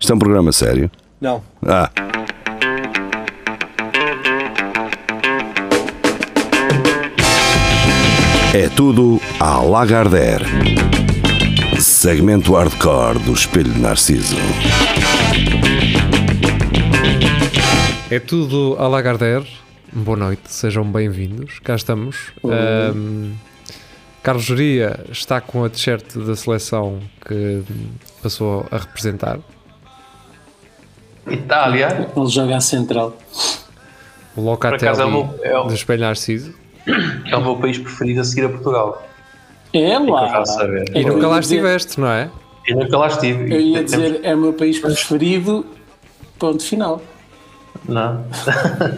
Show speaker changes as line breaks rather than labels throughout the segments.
Isto é um programa sério.
Não.
Ah, é tudo à Lagardère. Segmento hardcore do Espelho de Narciso.
É tudo a Lagardère. Boa noite, sejam bem-vindos. Cá estamos. Ahm, Carlos Geria está com a t-shirt da seleção que passou a representar.
Itália,
Ele joga à central.
O
por acaso é o,
Locatelli
meu, é, o,
do Espelho Narciso.
é o meu país preferido a seguir a Portugal.
É
eu já
lá.
a saber.
É
E
que eu
nunca
ia
lá
dizer-
estiveste, não é?
Eu nunca lá estive.
Eu ia
Temos-
dizer, é o meu país preferido, ponto final.
Não.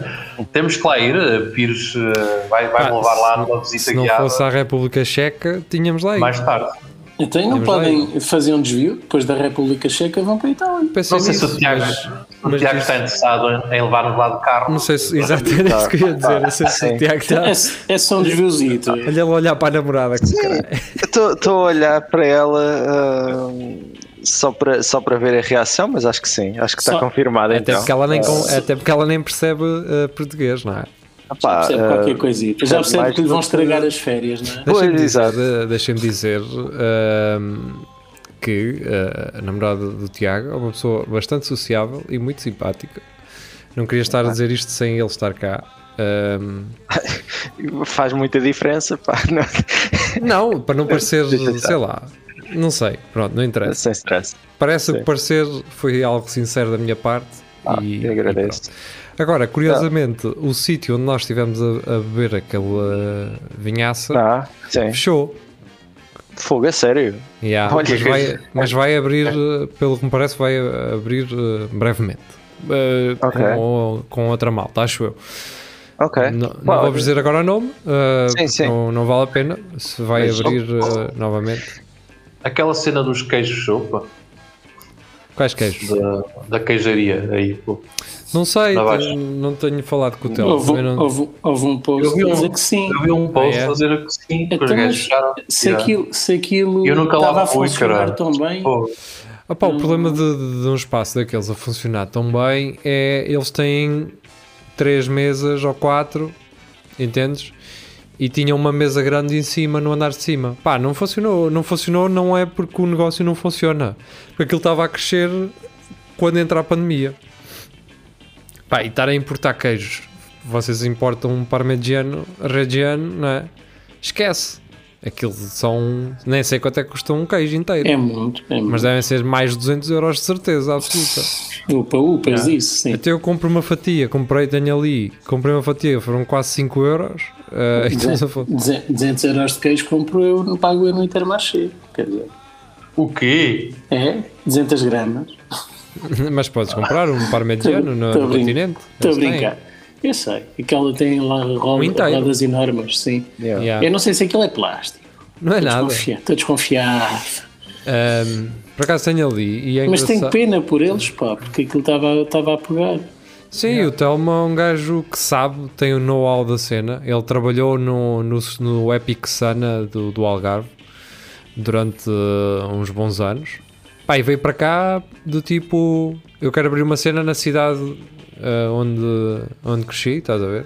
Temos que lá ir, eh, Pires eh, vai- vai-me
Ah,
levar
se-
lá numa visita
Se não
guiada
fosse à República Checa, tínhamos lá ido.
mais tarde.
Então e não
Vamos lá,
podem fazer um desvio, depois da República Checa vão para a Itália.
Pensei
Não sei se
nisso,
o Tiago,
mas-
o
mas
Tiago
isso-
está interessado em, em levar-nos lá de carro.
Não sei se exatamente isso que eu ia dizer. Não sei se o Tiago está.
É, é
Ah,
só um desviozito.
Olha ele a olhar para a namorada. que caralho.
Estou a olhar para ela ah, só, para, só para ver a reação, mas acho que sim, acho que está
Só-
confirmada
Até
então.
porque ela nem, com- até porque ela nem percebe eh, português, não é?
Ah,
Já
pá,
percebe
ah,
qualquer coisita. Já
sabe
percebe
mais
que lhe vão
do que-
estragar as férias, não é?
Pois,
Deixem-me dizer,
exato.
de- deixem-me dizer ahm, que ah, a namorada do Tiago é uma pessoa bastante sociável e muito simpática. Não queria estar a dizer isto sem ele estar cá. Ehm, Ahm,
hum, faz muita diferença, pá, não,
não, para não parecer,
Deixa estar.
sei lá, não sei, pronto, não interessa.
sem stress.
Parece que
Sim.
parecer foi algo sincero da minha parte.
Ah,
e,
eu
e
agradeço. Tá.
pronto. Agora, curiosamente, o sítio onde nós estivemos a, a beber aquela vinhaça
Ah, sim.
fechou.
Fogo, é sério.
Yeah,
Olha
mas,
que-
vai, mas vai abrir, eh, pelo que me parece, vai eh, abrir eh, brevemente. Eh,
Ok.
com, com outra malta, acho eu.
Ok.
Não,
Pá,
não vou vos dizer agora o nome, eh,
Sim, sim.
Não, não vale a pena. Se vai
Mas-
abrir eh, novamente,
Aquela cena dos queijos sopa,
quais queijos?
da, da queijaria aí. pô.
Não sei,
Lá vais.
tenho- não tenho falado com o Telmo.
Houve,
também não-
houve, houve um
Eu
post
vi
a
um-
dizer que sim.
Eu vi um post
Ah, é?
fazer que sim, que os
Então,
gajos
mas
acharam que
Se
era.
aquilo, se aquilo
Eu nunca lá
estava a
fui,
funcionar
caralho.
tão bem,
Pô,
Ah pá, o problema de, de- de um espaço daqueles a funcionar tão bem é eles têm três mesas ou quatro, entendes? E tinham uma mesa grande em cima, no andar de cima. Pá, não funcionou. Não funcionou não é porque o negócio não funciona. Porque aquilo estava a crescer quando entra a pandemia. Pá, e estar a importar queijos. Vocês importam um parmegiano, reggiano, não é? Esquece. Aquilo são... Nem sei quanto é que custa um queijo inteiro.
é muito. É
Mas
muito.
devem ser mais de 200 euros de certeza absoluta.
Upa, upa, é isso, sim.
Até eu compro uma fatia, comprei, tenho ali, comprei uma fatia, foram quase 5 euros. eh, e estamos a falar-
200 euros de queijo compro eu, não pago eu no Intermarché. Quer dizer,
o quê?
é 200 gramas.
mas podes comprar um parmegiano no,
Tô
no
a brin-
continente.
Estou a
Eles têm.
brincar. Eu sei. Aquela tem lá roda-
inteiro.
rodas enormes, sim.
Yeah.
Yeah.
Eu não sei se aquilo é plástico.
Não é nada.
Desconfia- Estou desconfiado.
Ahm, por acaso tenho ali e é
Mas tenho
engraçado-
pena por eles, pá, porque aquilo estava estava a pegar.
Sim, o Telmo é um gajo que sabe, tem o know-how da cena. Ele trabalhou no, no, no Epic Sana do, do Algarve durante eh, uns bons anos. Pá, e veio para cá do tipo: eu quero abrir uma cena na cidade eh, onde, onde cresci, estás a ver?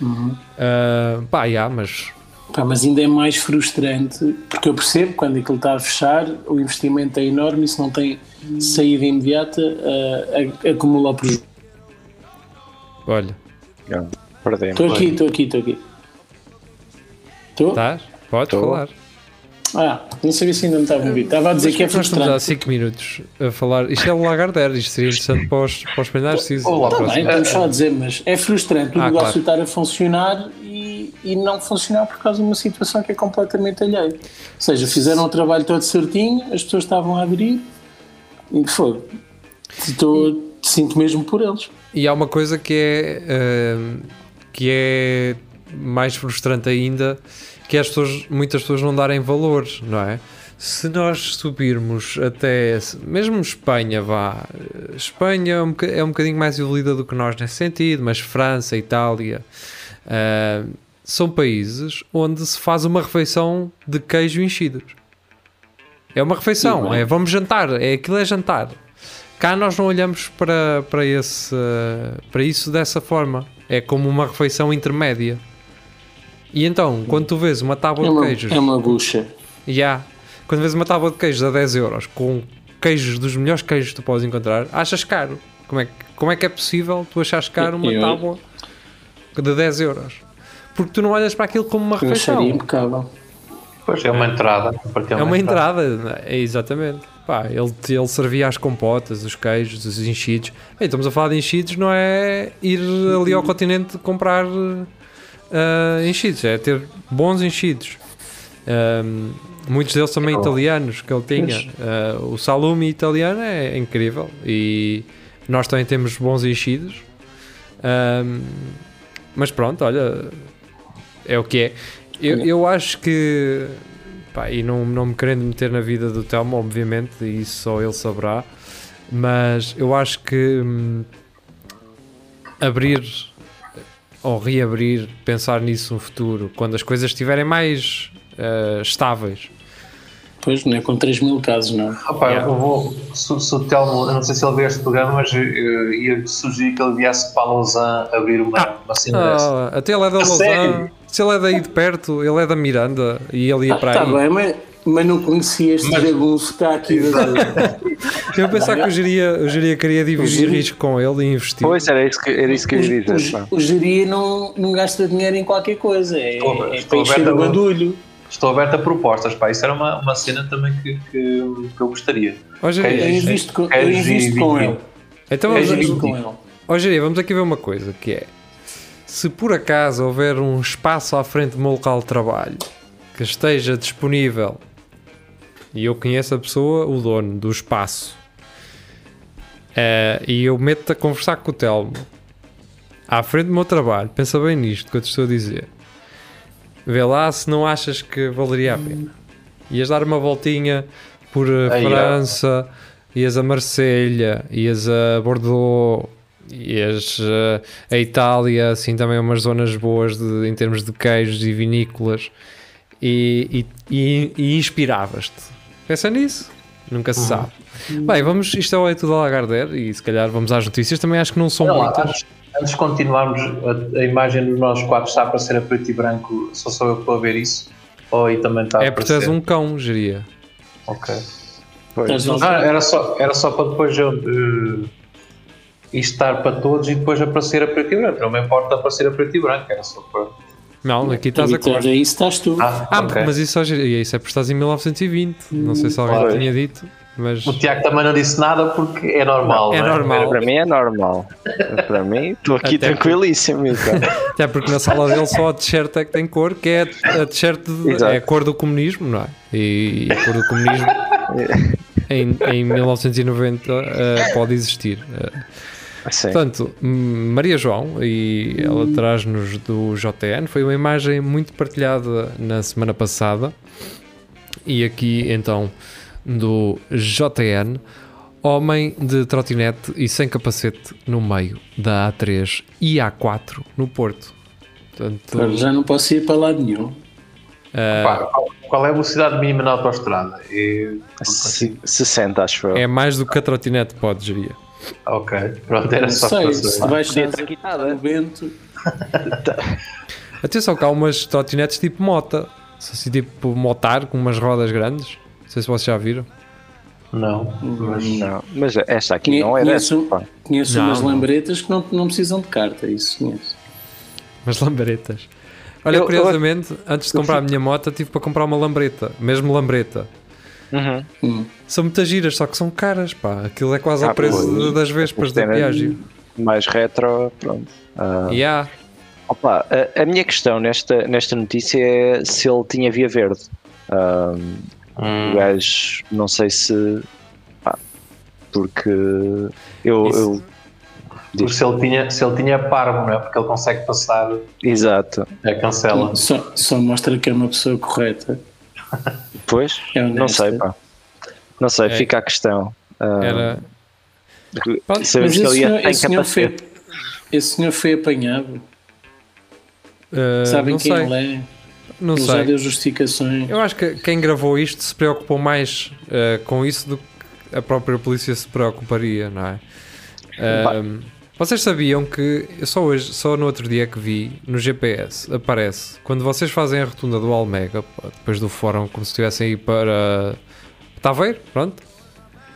Uhum.
Eh, pá, já, mas
Pá, mas ainda é mais frustrante, porque eu percebo quando aquilo está a fechar, o investimento é enorme e se não tem saída imediata, ah, a- acumula o prejuízo.
olha,
Perdemos.
Estou aqui, estou aqui, estou aqui. Estou?
estás? tá, Podes
Tô.
falar.
Ah, não sabia se ainda me estava a ouvir. Estava a dizer que é
Nós estamos há
frustrante.
5 minutos a falar. Isto é o Lagardère, isto seria interessante para os, para os penais.
Olá,
Está Tá bem,
próximo.
estamos só a dizer, mas é frustrante o
Ah,
negócio estar a funcionar e, e não funcionar por causa de uma situação que é completamente alheia. Ou seja, fizeram o trabalho todo certinho, as pessoas estavam a aderir e foi. Estou, sinto mesmo por eles.
E há uma coisa que é eh, que é mais frustrante ainda, que é as pessoas, muitas pessoas não darem valor, não é? Se nós subirmos até mesmo Espanha, vá, eh, Espanha é um, boca- é um bocadinho mais evoluída do que nós nesse sentido, mas França, Itália, eh, são países onde se faz uma refeição de queijo enchidos. É uma refeição, é vamos jantar, é aquilo é jantar. Cá nós não olhamos para, para, esse, eh, para isso dessa forma. É como uma refeição intermédia. E então, quando tu vês uma tábua
É
de
uma,
queijos,
é uma bucha.
já, quando vês uma tábua de queijos a 10 euros com queijos dos melhores queijos que tu podes encontrar, achas caro. Como é que, como é, que é possível tu achares caro uma
Eu-
tábua de 10 euros? Porque tu não olhas para aquilo como uma
Eu acharia
refeição.
impecável.
Pois é uma entrada. para ter
É uma entrada, né? é exatamente. Pá, ele, ele servia as compotas, os queijos, os enchidos. Bem, estamos a falar de enchidos, não é ir ali ao continente comprar ah, enchidos, é ter bons enchidos. Ahm, muitos deles também italianos que ele tinha. Ah, o salumi italiano é incrível e nós também temos bons enchidos. Ahm, mas pronto, olha, é o que é. Eu, eu acho que, pá, e não, não me querendo meter na vida do Telmo, obviamente, e isso só ele saberá, mas eu acho que hum, abrir ou reabrir, pensar nisso no futuro, quando as coisas estiverem mais eh, estáveis.
Pois, não é com 3 mil casos, não.
Opa,
Yeah.
eu vou, se, se o Telmo, eu não sei se ele vê este programa, mas eu, eu ia sugerir que ele viesse para Lausanne abrir uma, uma cena dessa.
Ah, até ele é da
A
Lausanne,
sério?
se ele é daí de perto, ele é da Miranda e ele ia para
Está
aí.
Ah, tá bem, mas, mas não conhecia este jagunço que está aqui. da-
Eu pensava que o Geria, o Geria queria dividir
Giri-
risco com ele e investir.
Pois era isso que, era isso que eu ia
O,
dizer. pá.
o, o geria não, não gasta dinheiro em qualquer coisa. É,
Estou-
é para
estou
encher
aberto
o
a-
bandulho.
Estou aberto a propostas, pá. Isso era uma, uma cena também que, que, que eu gostaria.
Ó, Geria,
Eu
Queijos.
invisto com, eu
Queres
invisto
ir-
com ele.
então vamos,
Eu
Queres ir-
invisto com ele.
Ó Jeria, vamos aqui ver uma coisa que é se por acaso houver um espaço à frente do meu local de trabalho que esteja disponível e eu conheço a pessoa, o dono do espaço, eh, e eu meto-te a conversar com o Telmo à frente do meu trabalho, pensa bem nisto que eu te estou a dizer. Vê lá se não achas que valeria a pena. Ias dar uma voltinha por eh,
Aí, ó.
França, ias a Marselha, ias a Bordeaux, ias eh, a Itália, assim também umas zonas boas de- em termos de queijos e vinícolas e, e- e- e inspiravas-te. Pensa nisso, nunca
Uhum.
se sabe. Bem, vamos, isto é o É Tudo a Lagarder e se calhar vamos às notícias, também acho que não são
Olha lá,
muitas.
antes, antes de continuarmos, a, a imagem dos nossos quadros está para ser a preto e branco, só sou eu que estou a ver isso. Ou aí também está
É
a
porque tu és
aparecer?
um cão, geria.
um
Ok.
Estás
Pois.
a-
Ah, era, só, era só para depois eu, eh, isto estar para todos e depois aparecer a preto e branco. Não me importa aparecer a preto e branco, era só para.
Não, aqui estás a
Evitar
cor.
Aí estás tu.
Ah,
ok.
mas isso, ó, geria, isso é porque estás em 1920. Não sei se alguém
Claro.
tinha dito, mas
O Tiago também não disse nada porque é normal.
é
não
normal.
Para mim é normal. Para mim, estou aqui
Até
tranquilíssimo. Então.
Até porque na sala dele só a t-shirt é que tem cor, que é a t-shirt de-
Exato.
é a cor do comunismo, não é? E, e a cor do comunismo em, em 1990 eh, pode existir. Eh,
Sim.
portanto, hum, Maria João, e ela traz-nos do JTN, foi uma imagem muito partilhada na semana passada. E aqui então do JTN, homem de trotinete e sem capacete no meio da A3 e A4 no Porto. Portanto,
Agora Já não posso ir para lado nenhum.
Pá, qual- qual é a velocidade mínima na autostrada? E,
Se- 60, acho eu.
É mais do que a trotinete pode, diria.
ok, pronto, era
Não
É só
sei,
para
se
saber.
vais estar
quitada.
no vento.
Atenção que há umas trotinetes tipo mota. São assim tipo motar com umas rodas grandes. Não sei se vocês já viram.
Não, mas
Não, mas esta aqui
Conhe-
não era essa.
Conheço,
pá.
conheço
Não,
umas
não.
lambretas que não, não precisam de carta, é isso conheço.
Umas lambaretas. Olha,
Eu- eu-
curiosamente, antes de comprar a minha moto, tive para comprar uma lambreta. Mesmo lambreta.
Uhum.
São muitas giras, só que são caras, pá. Aquilo é quase ao
Ah,
preço
pois.
de- das vespas da
Isto era-
Piaggio.
Mais retro, pronto. Ah,
E há.
opa, a, a minha questão nesta, nesta notícia é se ele tinha via verde. Ah,
Hum.
O gajo, não sei se. pá, porque eu.
Isso.
porque se ele, tinha, se ele tinha parvo, não é? Porque ele consegue passar
eu- exato.
a cancela.
Só, só mostra que é uma pessoa correta.
Pois?
É honesta.
não sei, pá. Não sei,
É.
fica a questão. Ah,
Era.
porque
Pronto,
Mas
sabemos que
esse
ele
senhor,
ia
esse,
tem
senhor foi,
capacete.
esse senhor foi apanhado.
eh,
Sabem
não
quem ele
sei.
é?
Não
Ele já
sei.
deu justificações.
Eu acho que quem gravou isto se preocupou mais eh, com isso do que a própria polícia se preocuparia, não é? Ahm, vocês sabiam que só hoje, só no outro dia que vi, no GPS, aparece quando vocês fazem a rotunda do Almega, pá, depois do fórum, como se estivessem aí para Taveiro, pronto.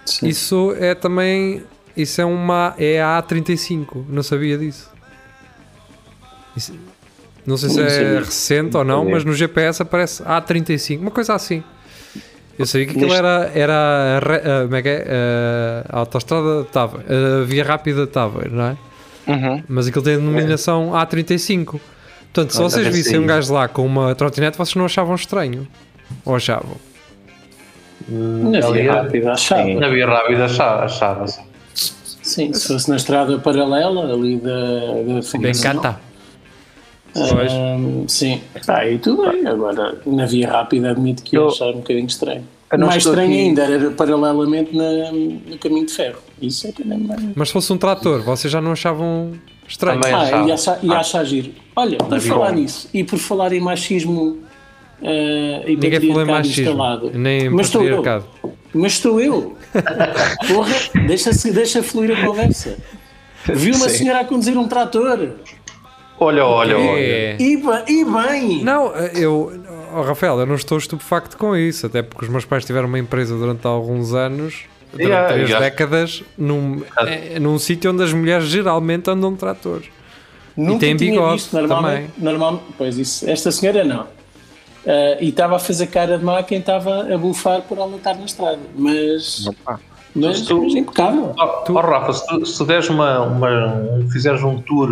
Sim.
Isso é também. Isso é uma. É a A35. Não sabia disso. Isso- não sei se
Não
é
sabia.
recente ou não,
sabia.
mas no GPS aparece A35. Uma coisa assim. Eu sabia que aquilo
Neste-
era, era a, re- a- como é que é? A- a autostrada de Távola, a via rápida de Távola, não é?
Uhum.
Mas aquilo tem a denominação A35. Portanto, se
Olha,
vocês
deve ser
vissem um
isso.
gajo lá com uma trotinete, vocês não achavam estranho. Ou achavam?
Na
ali
via
era-
rápida, achava.
Na Via Rápida achava- achava-se.
Sim, se fosse na estrada paralela ali da, da
Bem
Fundação.
canta. Pois.
Ahm, sim. Ah, e tudo bem. Agora, na via rápida, admito que ia
Eu-
achar um bocadinho estranho.
Eu não
Mais
estou
estranho
aqui-
ainda era paralelamente na- no caminho de ferro. Isso é que era mais.
Mas se fosse um trator, vocês já não achavam estranho.
Também. é.
Ah,
achava.
e acha, e acha agir. Olha, por
via
falar
rápida.
nisso e por falar em machismo ah, e
Ninguém falou em
patriarcado
machismo,
instalado,
nem em
mas estou eu.
patriarcado.
Mas estou eu. Porra, deixa, deixa fluir a conversa. Vi uma senhora a conduzir um trator.
Olha, olha, olha.
É.
E, ba- e bem.
Não, eu, oh, Rafael, eu não estou estupefacto com isso, até porque os meus pais tiveram uma empresa durante alguns anos, durante
Yeah,
três
yeah.
décadas, num, eh, num sítio onde as mulheres geralmente andam de tratores.
Nunca
tem
tinha
bigode
visto, normalmente,
também.
normalmente. Pois isso, esta senhora não. Ah, e estava a fazer cara de má quem estava a bufar por ela estar na estrada. Mas. Mas,
Tu-
mas impecável.
Ó ó, Rafa, se tu, se tu deres uma, uma- fizeres um tour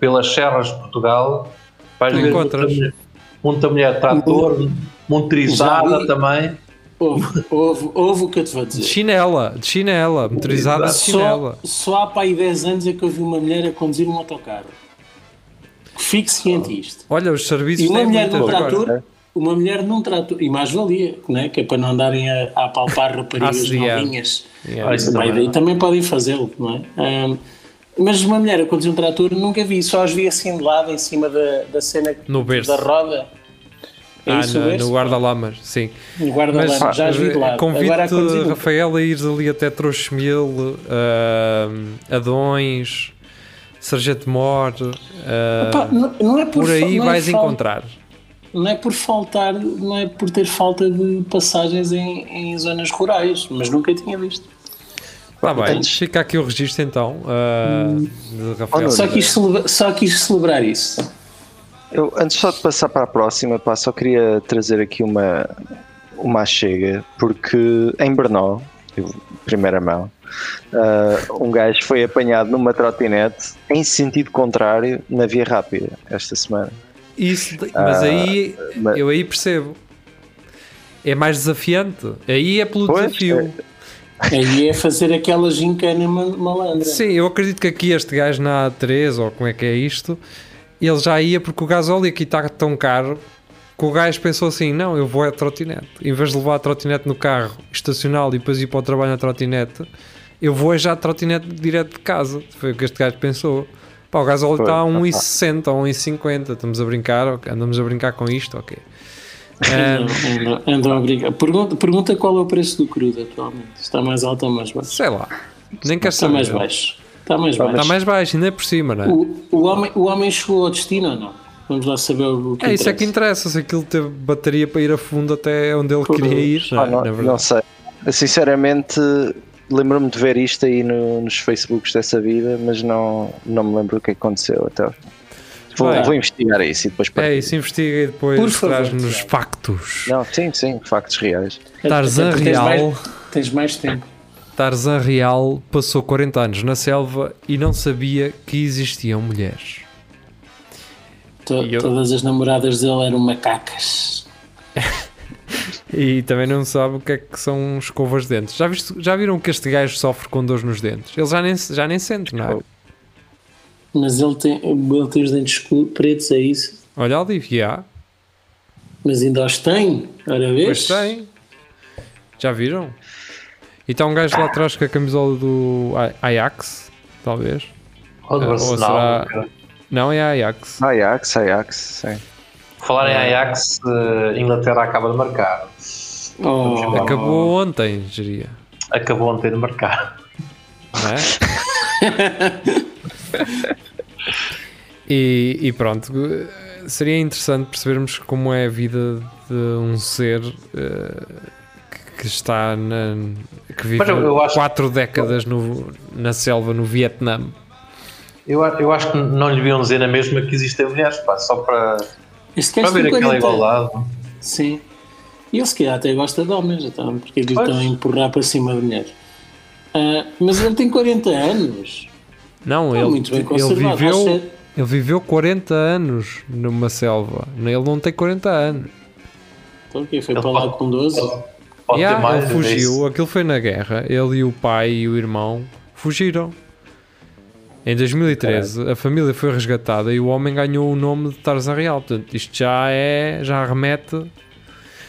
pelas serras de Portugal, vais ver
Encontras.
muita mulher- muita mulher de trator,
Já
monitorizada
vi.
também.
Houve, houve, houve o que eu te vou
De
dizer.
chinela, de chinela, motorizada de
Só,
chinela.
só há para aí 10 anos é que eu vi uma mulher a conduzir um autocarro. Fique ciente isto.
Olha, os
E
serviços
uma
têm
mulher
muitas
num
é agora. né?
trator, uma mulher num trator, e mais valia, né? que é para não andarem a, a apalpar raparigas
Assediar.
novinhas.
Ah, é. Yeah.
Isso também, daí também podem fazê-lo, não é? Ahm, mas uma mulher a conduzir um trator nunca vi, só as vi assim de lado, em cima da, da cena
No berço.
da roda. É
Ah,
isso o
no,
berço?
no guarda-lamas, sim.
No guarda-lama,
Mas
já as vi de lado. Agora a conduzir um-
convido-te,
nunca.
Rafael, a ires ali até Trouxemil, ah, Adões, Sargento Mor. ah,
Pá, não, não é por,
por aí
fa- não é
vais
fal-
encontrar. Tá
Não é por faltar, não é por ter falta de passagens em, em zonas rurais, mas nunca tinha visto.
Está bem,
Portanto-
fica aqui o registro então ah, de Rafael.
Olha,
Hum. Só quis, celebra- só quis celebrar isso.
Eu, antes só de passar para a próxima, pá, só queria trazer aqui uma, uma chega, porque em Brno, eu- primeira mão, ah, um gajo foi apanhado numa trotinete em sentido contrário na via rápida esta semana.
Isso, mas aí
Ah, mas-
eu aí percebo. É mais desafiante. Aí é pelo
Pois,
desafio.
Aí é fazer aquela gincana ma- malandra.
Sim, eu acredito que aqui este gajo na A3, ou como é que é isto, ele já ia porque o gasóleo aqui está tão caro que o gajo pensou assim: não, eu vou à trotinete. Em vez de levar a trotinete no carro, estacioná-lo e depois ir para o trabalho na trotinete, eu vou é já à trotinete direto de casa. Foi o que este gajo pensou. Pá, o gasóleo
Foi.
está a 1,60 ou 1,50. Estamos a brincar, ok, andamos a brincar com isto, ok.
Andam- andam- Andam a brigar. Pergunta, pergunta qual é o preço do crudo atualmente. Está mais alto ou mais baixo?
Sei lá, nem quer
Está
saber.
Tá mais baixo. Está mais
Está
baixo.
mais baixo, ainda é por cima, não é?
O, o, homem, o homem chegou ao destino ou não? Vamos lá saber o que
É, isso é que
interessa.
interessa, se aquilo teve bateria para ir a fundo até onde ele
Pois.
queria ir, não,
Pá,
é?
Ah,
Ah, não,
na
não
verdade.
sei. Sinceramente, lembro-me de ver isto aí no- nos Facebooks dessa vida, mas não, não me lembro o que aconteceu até. ao fim. Vou,
Bem.
vou investigar isso e depois
É
partilho.
isso, investiga e
Por
depois
favor,
traz-nos
Tiago.
factos.
Não, sim, sim, factos reais.
Tarzan
Até porque tens
Real,
mais- Tens mais tempo.
Tarzan Real passou 40 anos na selva e não sabia que existiam mulheres.
To-
E eu-
Todas as namoradas dele eram macacas.
E também não sabe o que é que são escovas de dentes. Já, viste- já viram que este gajo sofre com dores nos dentes? Ele já nem, já nem sente, não é?
Mas ele tem, ele tem os dentes escu- pretos, é isso?
Olha ali, já.
Mas ainda os tem, ora
Pois
vês?
tem. Já viram? E está um gajo lá atrás com a camisola do A- Ajax, talvez.
Onde
Ah, ou
Arsenal?
será- Não, é a Ajax.
Ajax, Ajax, sim.
Falar
É.
em Ajax, eh, Inglaterra acaba de marcar.
Oh,
Acabou ontem, diria.
acabou ontem de marcar.
não é? e, e pronto, seria interessante percebermos como é a vida de um ser eh, que- que está na, que vive
Mas eu- eu acho-
quatro décadas no- na selva no Vietnã.
Eu, a- eu acho que não lhe deviam dizer na mesma que existem mulheres, pá, só para,
Este
para
gajo tem
ver aquela
40 anos.
igualdade.
Sim. E ele se calhar até gosta de homens, então, porque lhe
Pois.
estão a empurrar para cima de mulheres. Ah, mas ele tem 40 anos.
Não,
Está
ele,
muito bem
ele
conservado.
viveu,
Acho que-
ele viveu 40 anos numa selva. Ele não tem 40 anos.
Então, o quê? Foi
Ele
para lá
pode-
com 12?
pode- Pode
Yeah,
ter mais.
ele
é
fugiu,
isso.
aquilo foi na guerra. Ele e o pai e o irmão fugiram. Em 2013, a família foi resgatada e o homem ganhou o nome de Tarzan Real. Portanto, isto já é, já remete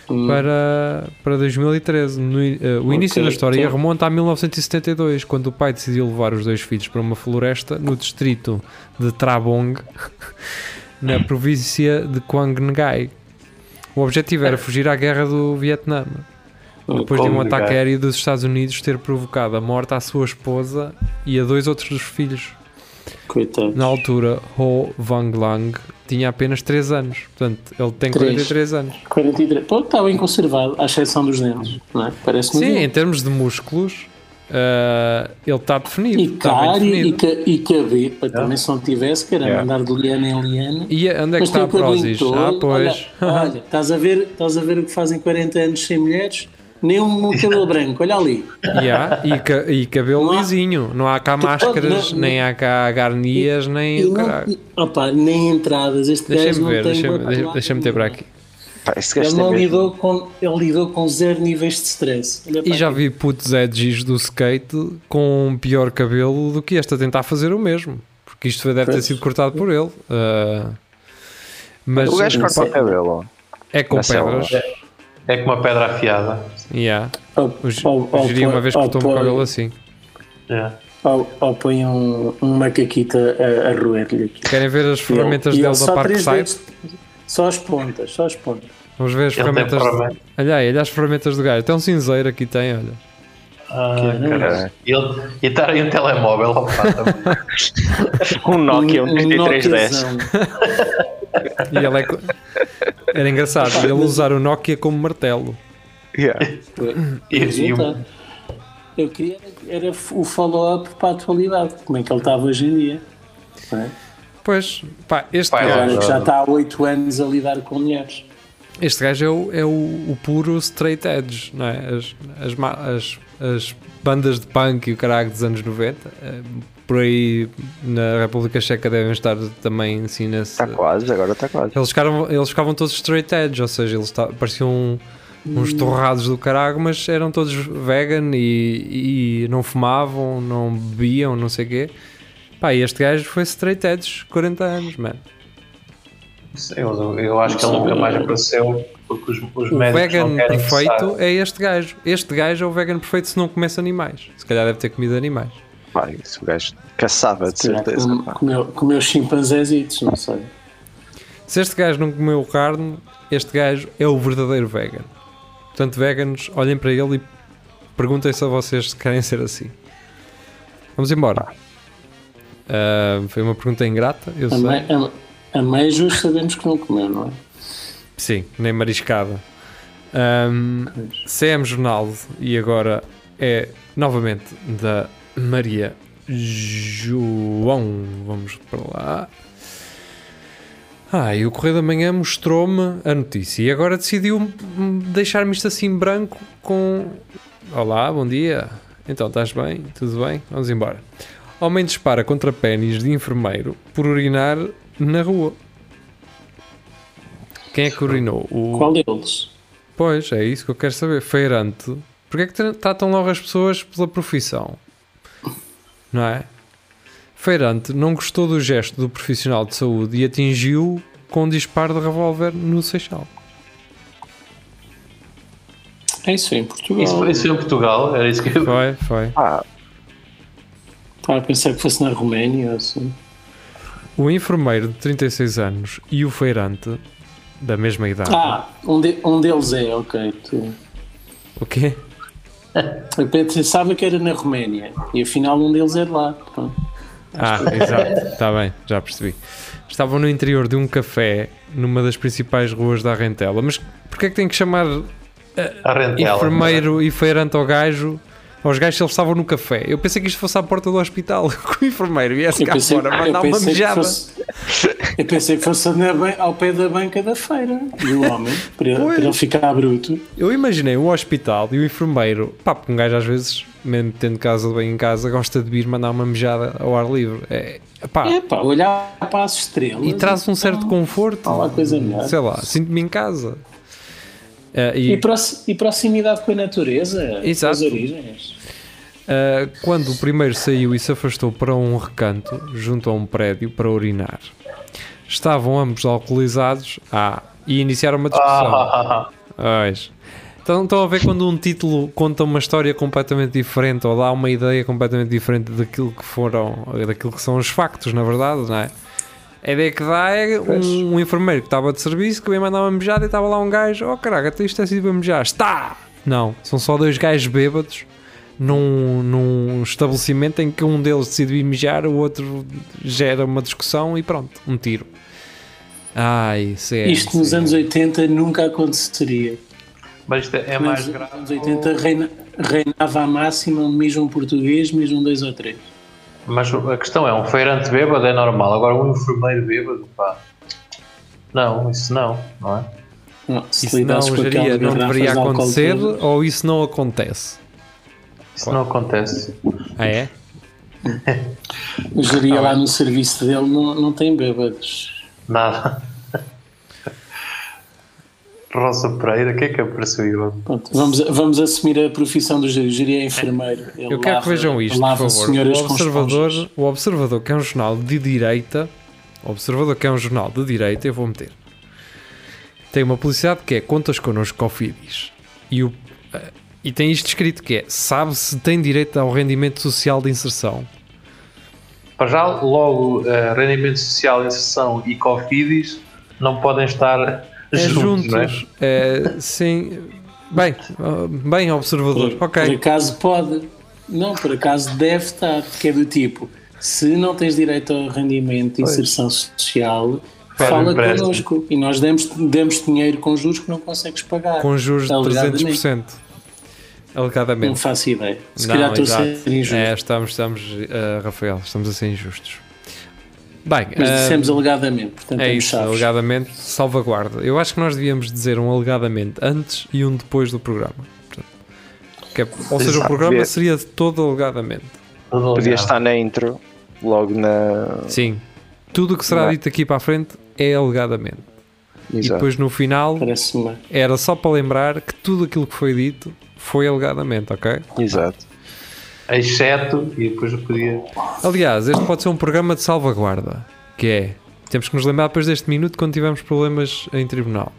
Hum.
para, para 2013. No i- eh, o início
Ok,
da história
então-
remonta a 1972, quando o pai decidiu levar os dois filhos para uma floresta no distrito de Trabong, na província de Quang Ngai. O objetivo
É.
era fugir à guerra do Vietnã,
Ah,
depois de um
Quang Ngai.
ataque aéreo dos Estados Unidos ter provocado a morte à sua esposa e a dois outros dos filhos.
Coitado.
Na altura, Ho Vang Lang tinha apenas 3 anos, portanto, ele tem
Três.
43 anos.
43. Pô, está bem conservado, à exceção dos dentes, não é? Parece-me
Sim, em
bem.
termos de músculos, ah, ele está definido.
E
está bem
cari e,
definido. É.
ca, e cabepa também, se não tivesse, que era
Yeah.
mandar de liana em liana.
E, onde é que
Mas
está
tem
a
o cabelinho
Prozis?
todo.
Ah, pois.
Olha, olha, estás, a ver, estás a ver o que fazem 40 anos sem mulheres? Nem um cabelo branco, olha ali.
Yeah, e, ca- e cabelo
Não há-
lisinho. Não há cá
Tu pode-
máscaras,
não-
nem há cá garnias, nem
E
o
não-
caralho.
opa, nem entradas, este gajo
Deixa-me
não
ver,
tem
deixa-me
uma
deixa
palavra
deixa-me ter para aqui.
Pá, esse
Ele
gajo tem
não
é mesmo-
lidou com, ele lidou com zero níveis de stress. Olha
E
para
já
aqui.
vi putos edgys do skate com um pior cabelo do que este a tentar fazer o mesmo. Porque isto foi- deve ter
Pois.
sido cortado por ele. Ah, mas
O gajo
não
corta o
sei.
cabelo.
é com
na
um
selva.
pedras.
É como uma pedra afiada.
Yeah.
Ou-
O Gi-
ou-
o
ou
Giri
põe-
uma vez
ou
cortou-me o
põe-
cabelo assim.
Yeah.
Ou, ou põe um, um macaquito a, a roer-lhe aqui.
Querem ver as
E ele-
ferramentas
e ele
dele da
só três
Parkside?
dedos- Só as pontas, só as pontas.
Vamos ver as
Ele tem
ferramentas.
forma.
Olha aí, olha as ferramentas do gajo. Tem um cinzeiro aqui, tem, olha.
Ah,
Caralho.
caralho. E ele- E estar aí um telemóvel ao lado.
Um Nokia, um
Um- um
3310.
Nokiazão.
E ele é. co- Era engraçado ele usar o Nokia como martelo.
Yeah.
E- e um-
Resultado. Eu queria era o follow-up para a atualidade, como é que ele estava hoje em dia. não é?
Pois, pá, este
Pá,
Agora
gajo,
é.
que já está há 8 anos a lidar com mulheres.
este gajo é, o, é o, o puro straight edge, não é? As, as, ma- as, as bandas de punk e o caralho dos anos 90, eh, por aí na República Checa devem estar também assim nesse.
Está Tá quase, agora está quase.
Eles ficaram, eles ficavam todos straight edge, ou seja, eles ta- pareciam um, uns torrados do caralho, mas eram todos vegan e, e não fumavam, não bebiam, não sei o quê. Pá, e este gajo foi straight edge 40 anos, mano.
Eu, eu acho que ele nunca mais apareceu porque os, os
O
médicos
vegan
não querem que
perfeito
saia.
é este gajo. Este gajo é o vegan perfeito se não comesse animais. Se calhar deve ter comido animais.
Pá, isso o gajo caçava, de
Será que
certeza.
com-
pá.
Comeu, comeu chimpanzézitos, não sei.
Se este gajo não comeu carne, este gajo é o verdadeiro vegan. Portanto, veganos, olhem para ele e perguntem-se a vocês se querem ser assim. Vamos embora. Ah, foi uma pergunta ingrata, eu
A
sei.
mei- A, a meijos sabemos que não comeu, não é?
Sim, nem mariscada. Ahm, CM Jornaldo e agora é novamente da Maria João. Vamos para lá. Ah, e o Correio da Manhã mostrou-me a notícia e agora decidiu hum, deixar-me isto assim branco com... Olá, bom dia. Então, estás bem? Tudo bem? Vamos embora. Homem dispara contra pênis de enfermeiro por urinar na rua. Quem é que urinou? O...
Qual deles?
Pois, é isso que eu quero saber. Feirante. Porquê é que tra- tratam logo as pessoas pela profissão? Não é? Feirante não gostou do gesto do profissional de saúde e atingiu com um disparo de revólver no Seixal.
É isso aí, em Portugal.
Isso, isso foi em Portugal, era isso que eu.
Foi, foi.
Ah,
Estava a pensar que fosse na Roménia ou assim.
O enfermeiro de 36 anos e o feirante da mesma idade.
Ah, um, de- um deles é, ok. tu-
O quê?
Eu pensava que era na Roménia e afinal um deles é de lá. Pronto.
Ah, exato, está bem, já percebi. Estavam no interior de um café numa das principais ruas da Rentela. Mas porquê é que tem que chamar
A é? rentela.
é?
enfermeiro e feirante ao gajo? Aos gajos se eles estavam no café. Eu pensei que isto fosse à porta do hospital. Que o enfermeiro viesse
Eu
cá
pensei,
fora
eu
mandar uma
pensei que
mijada.
fosse, eu pensei que fosse na ban- ao pé da banca da feira do homem, para, ele-
Pois.
para ele ficar bruto.
Eu imaginei um hospital e o enfermeiro, pá, porque um gajo às vezes, mesmo tendo casa bem em casa, gosta de vir mandar uma mijada ao ar livre. É, pá,
É pá, olhar para as estrelas.
e traz um certo conforto.
há lá coisa melhor.
Sei lá, sinto-me em casa. Ah, e-
E, prox- e proximidade com a natureza,
Exato.
as origens.
Uh, quando o primeiro saiu e se afastou para um recanto, junto a um prédio, para urinar. Estavam ambos alcoolizados ah, e iniciaram uma discussão.
Ah,
Pois. Então, estão a ver quando um título conta uma história completamente diferente ou dá uma ideia completamente diferente daquilo que foram, daquilo que são os factos, na verdade, não é? A ideia que dá é um, um enfermeiro que estava de serviço que veio mandar uma mejada e estava lá um gajo, oh caraca, até isto é sido para mejar. Está! Não, são só dois gajos bêbados num, num estabelecimento em que um deles decide ir mijar, o outro gera uma discussão e pronto, um tiro. Ai, sério.
Isto nos
sério.
anos 80 nunca aconteceria.
mas isto é mais
Nos
grave.
anos 80 reina- reinava a máxima mesmo um português, mesmo um dois ou três.
Mas a questão é, um feirante bêbado é normal, agora um enfermeiro bêbado, pá. Não, isso não, não é?
Não, se
Isso não,
lidasse com aquelas
Jaria, não
garrafas
deveria
de álcool
acontecer
todas.
ou isso não acontece?
Isso não acontece.
Ah, é?
O geria
Tá
lá no serviço dele não, não tem bêbados.
Nada. Rosa Pereira, o que é que apareceu aí?
Pronto, vamos, vamos assumir a profissão do geria. O geria é enfermeiro. Ele
Eu quero que
lava-
vejam isto, por
lava
favor.
senhoras
O
com esponjas.
observador, o observador, que é um jornal de direita, o Observador, que é um jornal de direita, eu vou meter. Tem uma publicidade que é Contas connosco, Cofidis. E, o, eh, e tem isto escrito que é Sabe se tem direito ao rendimento social de inserção.
Para já, logo, eh, rendimento social, inserção e cofidis não podem estar
É
juntos, não é?
juntos. eh, sim. Bem, ah, bem, observador.
Por, por
Ok.
acaso pode. Não, por acaso deve estar, porque é do tipo, se não tens direito ao rendimento de inserção social,
Pede
fala
empréstimo.
connosco. E nós demos, demos dinheiro com juros que não consegues pagar.
Com juros de
Alegadamente.
300%. Alegadamente.
Não faço ideia. Se
Não,
calhar estou a ser
exato.
injusto.
É, estamos, estamos eh, Rafael, estamos a ser injustos. Bem,
Mas
ah,
dissemos alegadamente, portanto
é
temos
isso,
chaves.
alegadamente, salvaguarda. Eu acho que nós devíamos dizer um alegadamente antes e um depois do programa. Portanto, que é- ou seja, o
Exato.
programa
Devia-
seria todo alegadamente.
Tudo
Podia
ligado.
estar na intro, logo na.
Sim. Tudo o que será
Não é?
dito aqui para a frente é alegadamente. E
Exato.
depois no final
Parece-me. bem.
era só para lembrar que tudo aquilo que foi dito foi alegadamente, ok?
Exato.
Exceto, e depois eu podia.
Aliás, este pode ser um programa de salvaguarda, que é temos que nos lembrar depois deste minuto quando tivermos problemas em tribunal.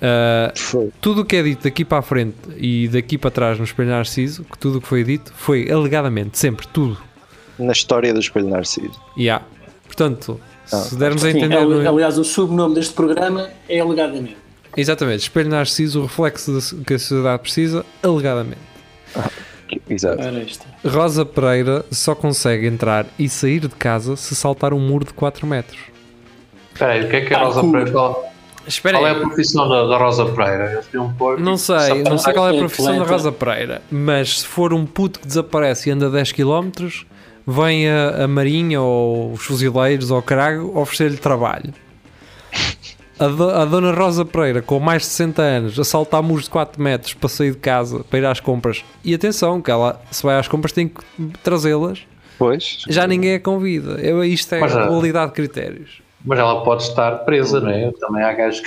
Ah,
Foi.
tudo o que é dito daqui para a frente e daqui para trás no Espelho Narciso, que tudo o que foi dito foi alegadamente, sempre, tudo.
Na história do Espelho Narciso.
E há. Portanto, se dermos a
Sim, é
entender. é?
ali-
no-
aliás, o subnome deste programa é alegadamente.
Exatamente, Espelho Narciso, o reflexo da- que a sociedade precisa, alegadamente. É.
Exato.
Ora, isto.
Rosa Pereira só consegue entrar e sair de casa se saltar um muro de 4 metros.
Espera aí, o que é que é Rosa
Parkour.
Pereira? Qual,
Ah, Espera
qual é a profissão da, da Rosa Pereira? Eles têm um porco.
Não sei,
Só-
não sei qual é a
é
profissão da
atleta.
Rosa Pereira, mas se for um puto que desaparece e anda 10 km, vem a, a Marinha ou os fuzileiros ou o Carago oferecer-lhe trabalho. A, do- a dona Rosa Pereira, com mais de 60 anos, a saltar muros de 4 metros para sair de casa, para ir às compras. E atenção, que ela, se vai às compras, tem que trazê-las.
Pois.
Já ninguém a convida. Eu, isto é
Mas, ah,
qualidade de critérios.
Mas ela pode estar presa, não é? Também há gajos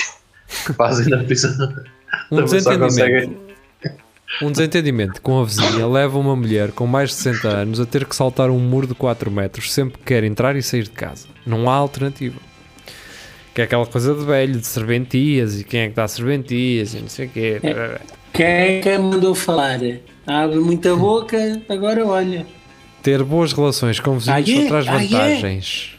que fazem na prisão.
Um
Também só
desentendimento.
conseguem.
Um desentendimento com a vizinha leva uma mulher com mais de 60 anos a ter que saltar um muro de 4 metros sempre que quer entrar e sair de casa. Não há alternativa. Que é aquela coisa de velho, de serventias e quem é que dá serventias e não sei o quê.
Quem é que mandou falar? Abre muita boca, agora olha.
Ter boas relações com vizinhos
Ah, é?
só traz
Ah, é?
vantagens.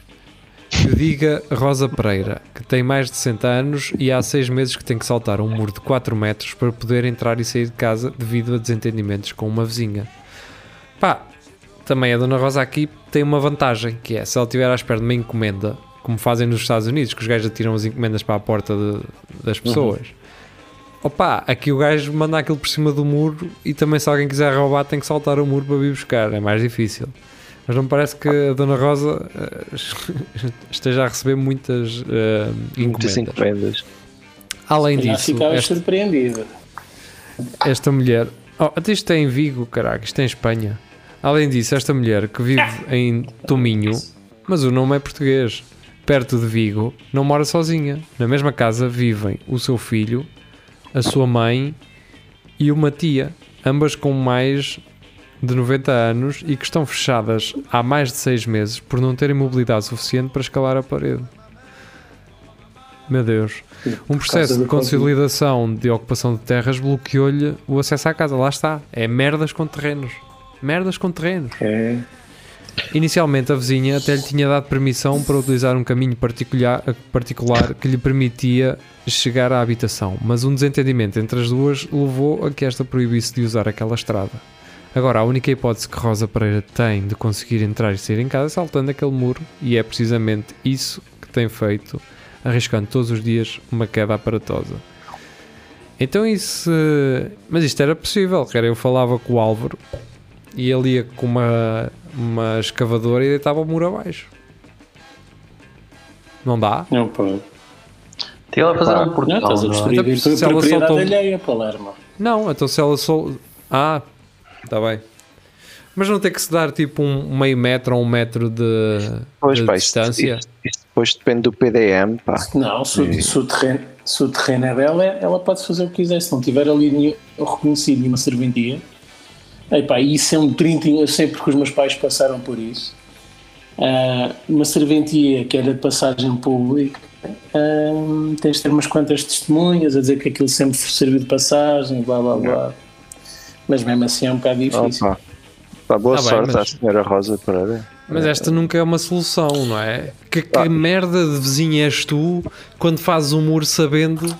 que o diga Rosa Pereira, que tem mais de 60 anos e há 6 meses que tem que saltar um muro de 4 metros para poder entrar e sair de casa devido a desentendimentos com uma vizinha. Pá, também a Dona Rosa aqui tem uma vantagem, que é se ela estiver à espera de uma encomenda, como fazem nos Estados Unidos, que os gajos atiram as encomendas para a porta de- das pessoas. Opa, aqui o gajo manda aquilo por cima do muro e também se alguém quiser roubar tem que saltar o muro para vir buscar, é mais difícil. Mas não me parece que a Dona Rosa eh, esteja a receber muitas eh,
Muitas
encomendas.
encomendas.
Além
Já
disso, é
ficava
esta,
surpreendida.
esta mulher. Oh, até isto é em Vigo, caraca, isto é em Espanha. Além disso, esta mulher que vive em Tominho, mas o nome é português, perto de Vigo, não mora sozinha. Na mesma casa vivem o seu filho, a sua mãe e uma tia, ambas com mais de 90 anos e que estão fechadas há mais de 6 meses por não terem mobilidade suficiente para escalar a parede. Meu Deus. Um processo
causa
de
da pandemia.
consolidação de ocupação de terras bloqueou-lhe o acesso à casa. Lá está. É merdas com terrenos. Merdas com terrenos.
É.
Inicialmente, a vizinha até lhe tinha dado permissão para utilizar um caminho particular, particular que lhe permitia chegar à habitação, mas um desentendimento entre as duas levou a que esta proibisse de usar aquela estrada. Agora, a única hipótese que Rosa Pereira tem de conseguir entrar e sair em casa é saltando aquele muro, e é precisamente isso que tem feito, arriscando todos os dias uma queda aparatosa. Então isso... Mas isto era possível, quer eu falava com o Álvaro, e ele ia com uma, uma escavadora e deitava o muro abaixo. Não dá?
Não pode.
Tem lá fazer um
Não,
portão.
estás a
não é?
destruir
Então,
a
se ela
propriedade
soltou-
alheia, Palermo.
Não, então se ela só. Ah, está bem. Mas não tem que se dar tipo um meio metro ou um metro de,
Pois,
de
pá, isto,
distância.
isto- isto depois depende do PDM, pá.
Não, se, o- se o terreno, se o terreno é dela, ela pode fazer o que quiser. Se não tiver ali nenhum- reconhecido nenhuma serventia, epá, isso é um trintinho. Eu sei porque os meus pais passaram por isso. Ah, uma serventia que era de passagem pública, ah, tens de ter umas quantas testemunhas a dizer que aquilo sempre serviu de passagem, blá blá blá. Mas mesmo assim é um bocado difícil.
Opa. Pá, boa
Tá bem,
sorte
mas-
à senhora Rosa Pereira.
Mas esta nunca é uma solução, não é? Que, que merda de vizinho és tu quando fazes um muro sabendo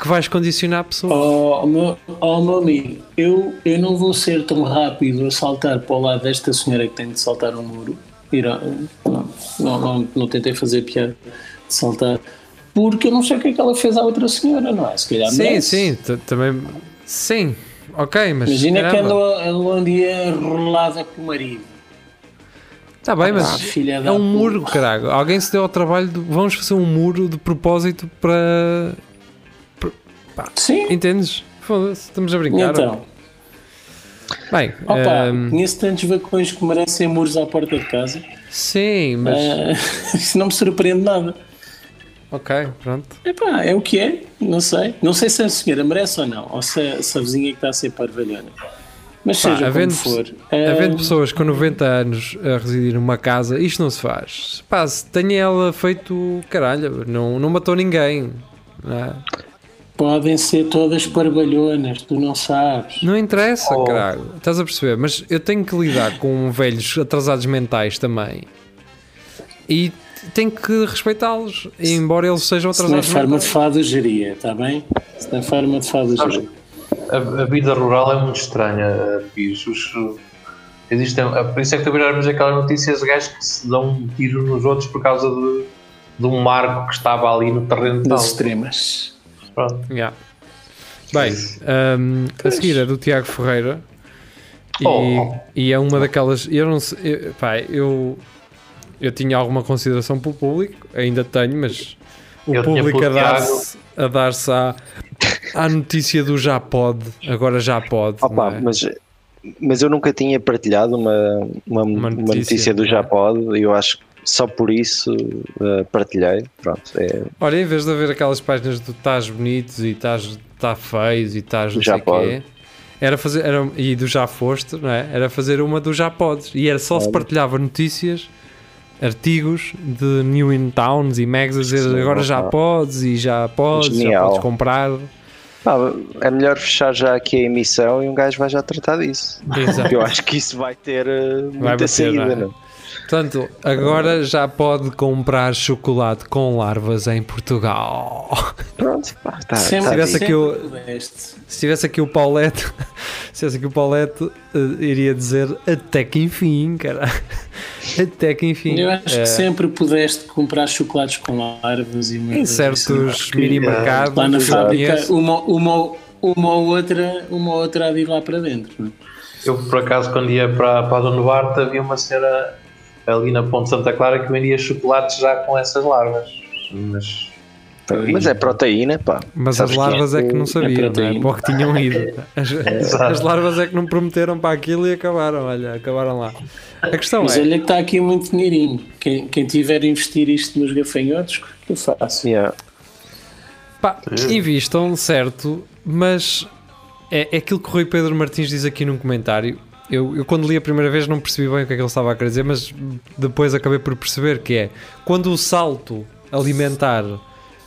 que vais condicionar a pessoa?
Oh meu, oh, meu amigo, eu, eu não vou ser tão rápido a saltar para o lado desta senhora que tem de saltar um muro. Ir a- não, não, não, não tentei fazer piada de saltar, porque eu não sei o que é que ela fez à outra senhora, não é? Se calhar
sim,
merece.
sim, t- também. Sim, ok, mas.
Imagina que
caramba.
andou, andou um dia enrolada com o marido.
Tá bem, mas
Ah, filha
é
da
um
puta.
muro, caralho. Alguém se deu ao trabalho de vamos fazer um muro de propósito para.
Sim,
Entendes? Foda-se, estamos a brincar.
então.
Bem,
Opa,
ehm,
conheço tantos vacões que merecem muros à porta de casa.
sim, mas.
Ah, isso não me surpreende nada.
Ok, pronto.
Epá, é o que é, não sei. Não sei se a senhora merece ou não, ou se, se a vizinha que está a ser parvalhona. Mas
Pá,
seja
havendo,
como for.
havendo
eh,
pessoas com 90 anos a residir numa casa, isto não se faz. Pá, se tenha ela feito. Caralho, não, não matou ninguém. não é?
Podem ser todas parvalhonas, tu não sabes.
Não interessa,
Oh.
caralho. Estás a perceber? Mas eu tenho que lidar com velhos atrasados mentais também. E tenho que respeitá-los, embora eles sejam
Se não é
atrasados
forma de
mentais.
fado, geria, está bem? Se não é forma de fado, geria.
A, a vida rural é muito estranha, Pires. Os, existem, é por isso é que também às vezes aquelas notícias de gajos que se dão um tiro nos outros por causa de, de um marco que estava ali no terreno
Das
tal.
extremas.
Pronto.
Yeah. Bem, hum, a seguir é do Tiago Ferreira. E,
Oh.
e é uma daquelas. Eu não sei. Eu, pá, eu, eu tinha alguma consideração pelo público, ainda tenho, mas o
Eu tinha
público a
pelo
dar-se a dar-se à, à notícia do já pode, agora já pode.
Opa,
não é?
mas, mas eu nunca tinha partilhado uma, uma, uma notícia,
notícia,
do
não é?
Japod e eu acho que só por isso eh, partilhei. Pronto, é,
Olha, em vez de haver aquelas páginas do estás bonitos e estás tá feios e estás não
Já
sei
pode.
quê, era fazer, era, e do já foste, não é? Era fazer uma do já podes. E era só se partilhava notícias, artigos de New in Towns e mags a dizer
Sim,
agora já
opa.
podes e já podes, já
Genial.
podes comprar.
Pá, é melhor fechar já aqui a emissão e um gajo vai já tratar disso.
Exato.
Eu acho que isso vai ter eh, muita
bater,
saída.
não é?
não é?
Portanto, agora já pode comprar chocolate com larvas em Portugal.
Pronto, pá, tá,
Sempre-
tá
tivesse
dito.
aqui o-
sempre pudeste.
Se tivesse aqui o Paulette, se tivesse aqui o Paulette, eh, iria dizer até que enfim, cara. Até que enfim.
Eu acho
Eh,
que sempre pudeste comprar chocolates com larvas e
em
umas coisas assim.
certos mini
lá na
mercados que eu
fábrica
conheço.
uma, uma, uma ou outra uma ou outra há de ir lá para dentro. é?
Eu, por acaso, quando ia para, para a Dona Duarte, havia uma senhora ali na Ponte Santa Clara que vendia chocolates já com essas larvas. Mas
Mas é proteína, pá.
Mas
Sabes
as
que
larvas é que não sabiam, não é?
proteína.
Bom que tinham ido. As, as larvas é que não prometeram para aquilo e acabaram, olha, acabaram lá. A questão
Mas
é,
olha que está aqui muito dinheirinho. Quem, quem tiver a investir isto nos gafanhotos, o que eu faço?
Yeah.
Pá,
É.
invistam, certo, mas é, é aquilo que o Rui Pedro Martins diz aqui num comentário. Eu, eu quando li a primeira vez não percebi bem o que é que ele estava a querer dizer, mas depois acabei por perceber que é quando o salto alimentar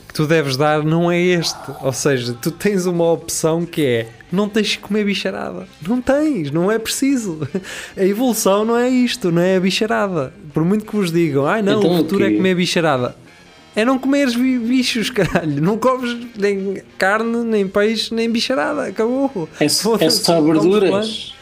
que tu deves dar não é este. Ou seja, tu tens uma opção que é não tens que comer bicharada. Não tens, não é preciso. A evolução não é isto, não é a bicharada. Por muito que vos digam, ai não,
Então,
o
o
futuro é
quê?
comer bicharada. É não comeres bi- bichos, caralho. Não comes nem carne, nem peixe, nem bicharada. Acabou.
É, só- é
Foda-se,
só
comes plano.
verduras.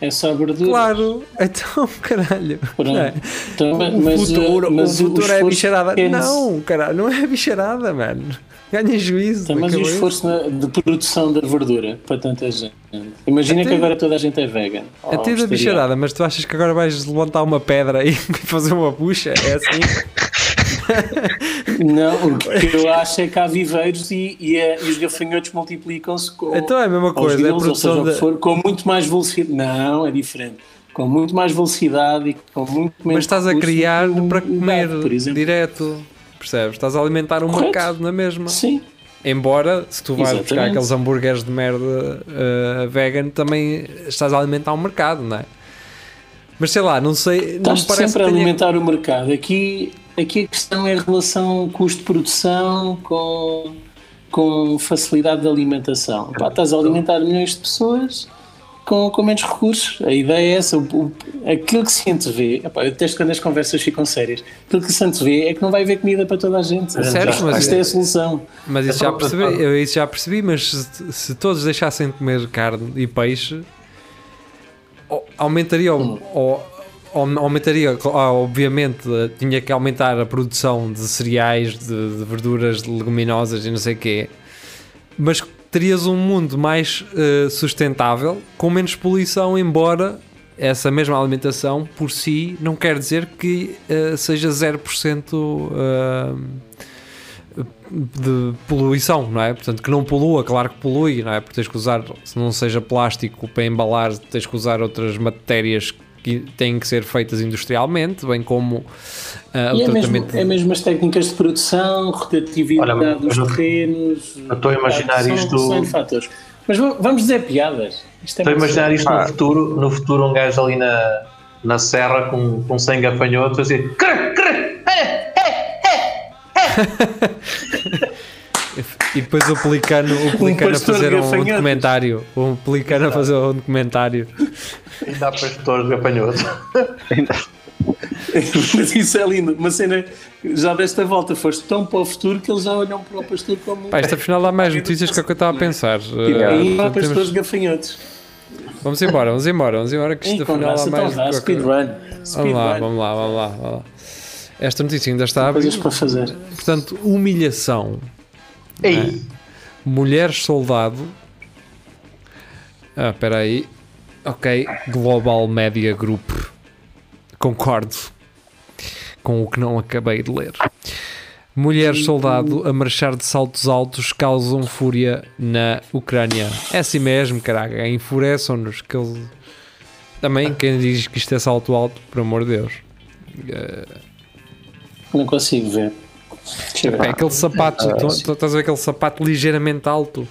É só verduras.
Claro. Então, caralho.
Pronto.
É.
Então,
O
mas,
futuro,
uh, mas
o
o
futuro é
esforço
bicharada.
é nesse-
Não, caralho, não é bicharada, mano. Ganha juízo.
Então, mas e o
acabou isso.
esforço na- de produção da verdura para tanta gente? Imagina
Até-
que agora toda a gente é vegan. ou
Até da
vegetariano.
bicharada, mas tu achas que agora vais levantar uma pedra e fazer uma puxa? É assim?
Não, o que eu acho é que há viveiros e, e é- e os gafanhotos multiplicam-se com.
Então é a mesma
aos
coisa, é
grilos, ou
produção
seja, o que
de-
for, com muito mais velocidade. Não, é diferente. Com muito mais velocidade e com muito menos.
Mas estás a
recurso
criar
do que um
para
gato,
comer
por exemplo.
direto. Percebes? Estás a alimentar um
Correto.
mercado na mesma.
Sim,
Embora, se tu vais buscar
Exatamente.
aqueles hambúrgueres de merda eh, vegan, também estás a alimentar um mercado, não é? Mas sei lá, não sei. Não me
estás
parece
sempre
que
a
tenha...
alimentar o mercado. Aqui, aqui a questão é a relação custo-produção com, com facilidade de alimentação. Pá, estás a alimentar milhões de pessoas. Com, com menos recursos. A ideia é essa. O, o- aquilo que se antevê, epá, eu detesto quando as conversas ficam sérias. Aquilo que se antevê é que não vai haver comida para toda a gente.
Certo, mas-
Isto é a solução.
Mas isso
É
já
só-
percebi, eu isso já percebi, mas se, se todos deixassem de comer carne e peixe, au- aumentaria, o- o- au- aumentaria, co- ah, obviamente, eh, tinha que aumentar a produção de cereais, de, de verduras, de leguminosas e não sei o quê, mas terias um mundo mais eh, sustentável, com menos poluição, embora essa mesma alimentação por si não quer dizer que eh, seja 0% eh, de poluição, não é? Portanto, que não polua, claro que polui, não é? Porque tens que usar, se não seja plástico para embalar, tens que usar outras matérias que têm que ser feitas industrialmente, bem como ah, o
E é mesmo,
tratamento.
é mesmo as técnicas de produção, rotatividade
Olha,
dos
eu não-
terrenos. ah,
eu estou a imaginar
são-
isto-
são fatores. Mas va- vamos dizer piadas. Isto
estou
é
a
muito
imaginar
sério.
isto no futuro, no futuro um gajo ali na, na serra com, com 100 gafanhotos assim, a dizer "Crrr, crrr, eh, eh".
E depois o pelicano, o pelicano a
pastor
fazer
de
um,
gafanhotos.
documentário, um pelicano a fazer um documentário.
e dá para estourar os gafanhotos.
Mas isso é lindo. Uma cena, já desta volta, foste tão para o futuro que eles já olham para o pastor como.
Pá, isto afinal dá mais notícias que é o que eu estava a pensar.
E
Ah,
daí há um
portanto, temos-
pastores gafanhotos.
Vamos embora, vamos embora, vamos embora, que isto
Ei,
afinal dá
conversa, então
mais.
vá,
do que eu-
speedrun.
Vamos lá,
Speedrun.
vamos lá, vamos lá, vamos lá. Esta notícia ainda está a abrir.
Coisas para fazer.
Portanto, humilhação. é?
Ei,
Mulher soldado. Ah, espera aí. Ok, Global Media Group. Concordo com o que não acabei de ler. Mulher soldado a marchar de saltos altos causam fúria na Ucrânia. É assim mesmo, caraca. Enfureçam-nos. Que eles... Também, quem diz que isto é salto alto, por amor de Deus.
Não consigo ver. Deixa eu
É
ver.
aquele sapato, tu,
é.
tu estás a ver aquele sapato ligeiramente alto?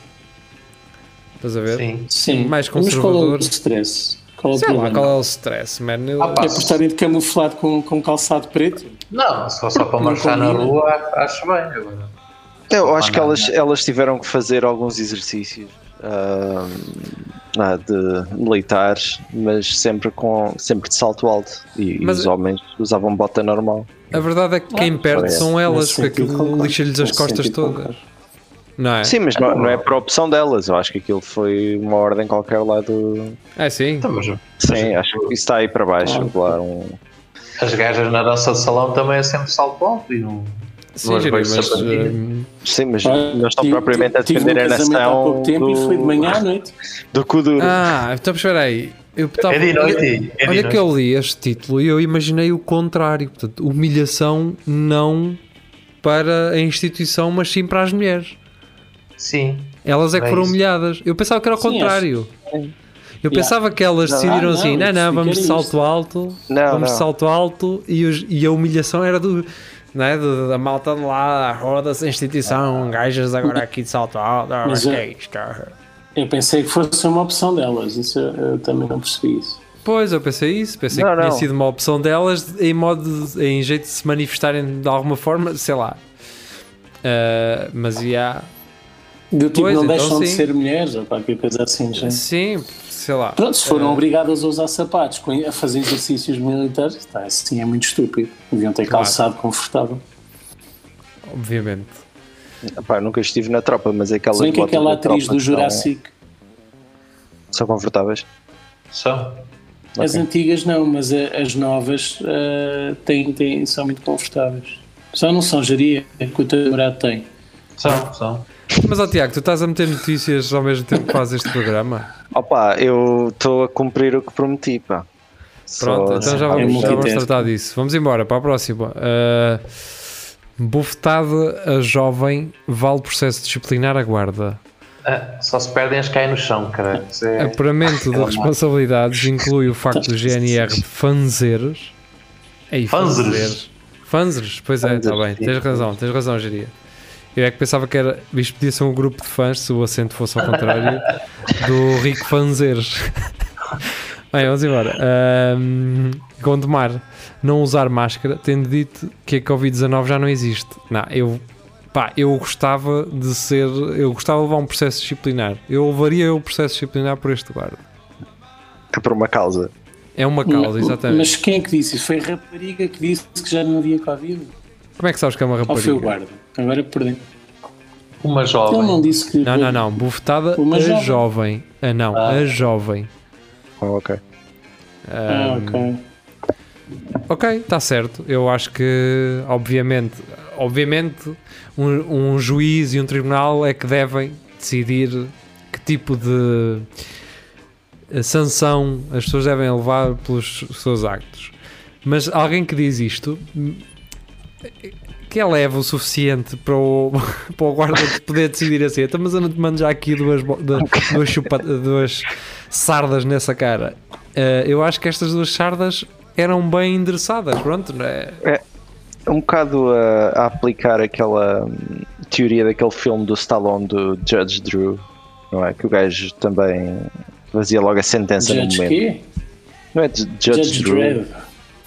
Estás a ver?
sim.
Sim.
mais
Mas qual é o
conservador.
stress? Qual é o
Sei lá
problema?
qual é o stress, man. Eu-
Ah, pá,
É por estarem de camuflado com, com calçado preto?
Não, se for só para marchar na
combina.
rua, acho bem. Agora.
Eu acho que
não,
elas, elas tiveram que fazer alguns exercícios. ah, ah, de militares, mas sempre, com, sempre de salto alto. E, e
Mas-
os homens usavam bota normal.
A verdade é que quem perde
Parece.
são elas,
Nesse
porque
sentido,
aquilo
concordo.
lixa-lhes as
Nesse
costas
sentido,
todas.
concordo.
Não é?
Sim, mas não, não é por opção delas. Eu acho que aquilo foi uma ordem qualquer lá do.
É sim.
Então, mas
Sim, acho que isso está aí para
Ah.
baixo. Claro, um-
as gajas na nossa salão também é sempre salto alto e não.
Sim, Jerry,
vais
mas.
sapatilhas.
hum,
Sim, mas
Olha,
não estão
tive-
propriamente a
tive
defender
um
a
casamento
nação.
há pouco tempo
do,
e foi de manhã à noite.
do cu duro.
Ah, então espera aí. Eu tava-
É de noite. É de
Olha
noite.
que eu li este título e eu imaginei o contrário. Portanto, humilhação não para a instituição, mas sim para as mulheres.
Sim.
Elas é que
É
foram
isso.
humilhadas. Eu pensava que era o
Sim, acho-
contrário. Eu
Yeah.
pensava que elas
Não,
decidiram
ah,
assim:
não,
não, não,
isso fica
vamos de
nisto."
salto alto,
Não,
vamos de
não.
salto alto, e, os- e a humilhação era do. Não é? Da da malta de lá, roda-se a instituição, gajas agora aqui de salto alto, ah,
Ah. Mas
que
é-
é isto? ah.
Eu pensei que fosse uma opção delas, isso eu, eu também não percebi isso.
Pois, eu pensei isso, pensei
Não,
que tinha
não.
sido uma opção delas em modo de- em jeito de se manifestarem de alguma forma, sei lá. Ah, mas ia
Do tipo,
Pois,
não
então
deixam de
sim.
ser mulheres ou qualquer coisa assim, gente.
sim, sei lá.
Pronto, se
É.
foram obrigadas a usar sapatos, com- a fazer exercícios militares, tá, isso sim é muito estúpido. Deviam ter
Claro.
calçado confortável.
Obviamente.
Pá, nunca estive na tropa, mas aquelas
Se bem que
botas
aquela
da
atriz
tropa é.
do
são-
Jurassic,
São, confortáveis.
São.
as
Ok.
antigas não, mas a- as novas ah, têm, têm- são muito confortáveis. Só não são geria que o teu namorado tem.
São, são.
Mas ó Tiago, tu estás a meter notícias ao mesmo tempo que fazes este programa?
Opa, eu estou a cumprir o que prometi, pá.
Pronto,
Só-
então já
é
vamos, já
muito-
vamos
multitasking.
tratar disso. Vamos embora para a próxima. Ah, bufetada a jovem vale processo disciplinar a guarda.
Ah, só se perdem as que caem no chão, caralho. Isso é-
Apuramento de responsabilidades inclui o facto do GNR de fanzeres. Ei,
Fanzeres.
Fanzeres, pois é, está bem.
Fanzeres, sim.
Tens razão, tens razão, Geria. Eu é que pensava que era. Isto podia ser um grupo de fãs, se o acento fosse ao contrário, do Rico Fanzeres. Bem, vamos embora. Ahm, Gondomar, não usar máscara, tendo dito que a Covid-19 já não existe. Não, eu. Pá, eu gostava de ser. Eu gostava de levar um processo disciplinar. Eu levaria o processo disciplinar por este guarda.
é por uma causa.
É uma causa, exatamente.
Mas quem é que disse isso? Foi a rapariga que disse que já não havia Covid?
Como é que sabes que é uma
Ou foi o
rapariga?
guarda? Agora perdi.
Uma
Ele não
jovem.
disse que.
Não, não, não. Bufetada
Uma
a jovem.
jovem.
Ah, não. A jovem.
Ah, ok.
Ah, ok.
Ok, está certo. Eu acho que, obviamente, obviamente um, um juiz e um tribunal é que devem decidir que tipo de eh, sanção as pessoas devem levar pelos seus actos. Mas alguém que diz isto hum, que é leve o suficiente para o, para o guarda de poder decidir assim, então, mas eu não te mando já aqui duas, bo- du- duas, chupa- duas sardas nessa cara. Eh, eu acho que estas duas sardas eram um bem endereçadas, pronto, não é?
É um bocado a, a aplicar aquela hum, teoria daquele filme do Stallone do Judge Drew, não é? Que o gajo também fazia logo a sentença
Judge
no momento.
quê?
Não é Judge,
Judge
Drew?
Dredd.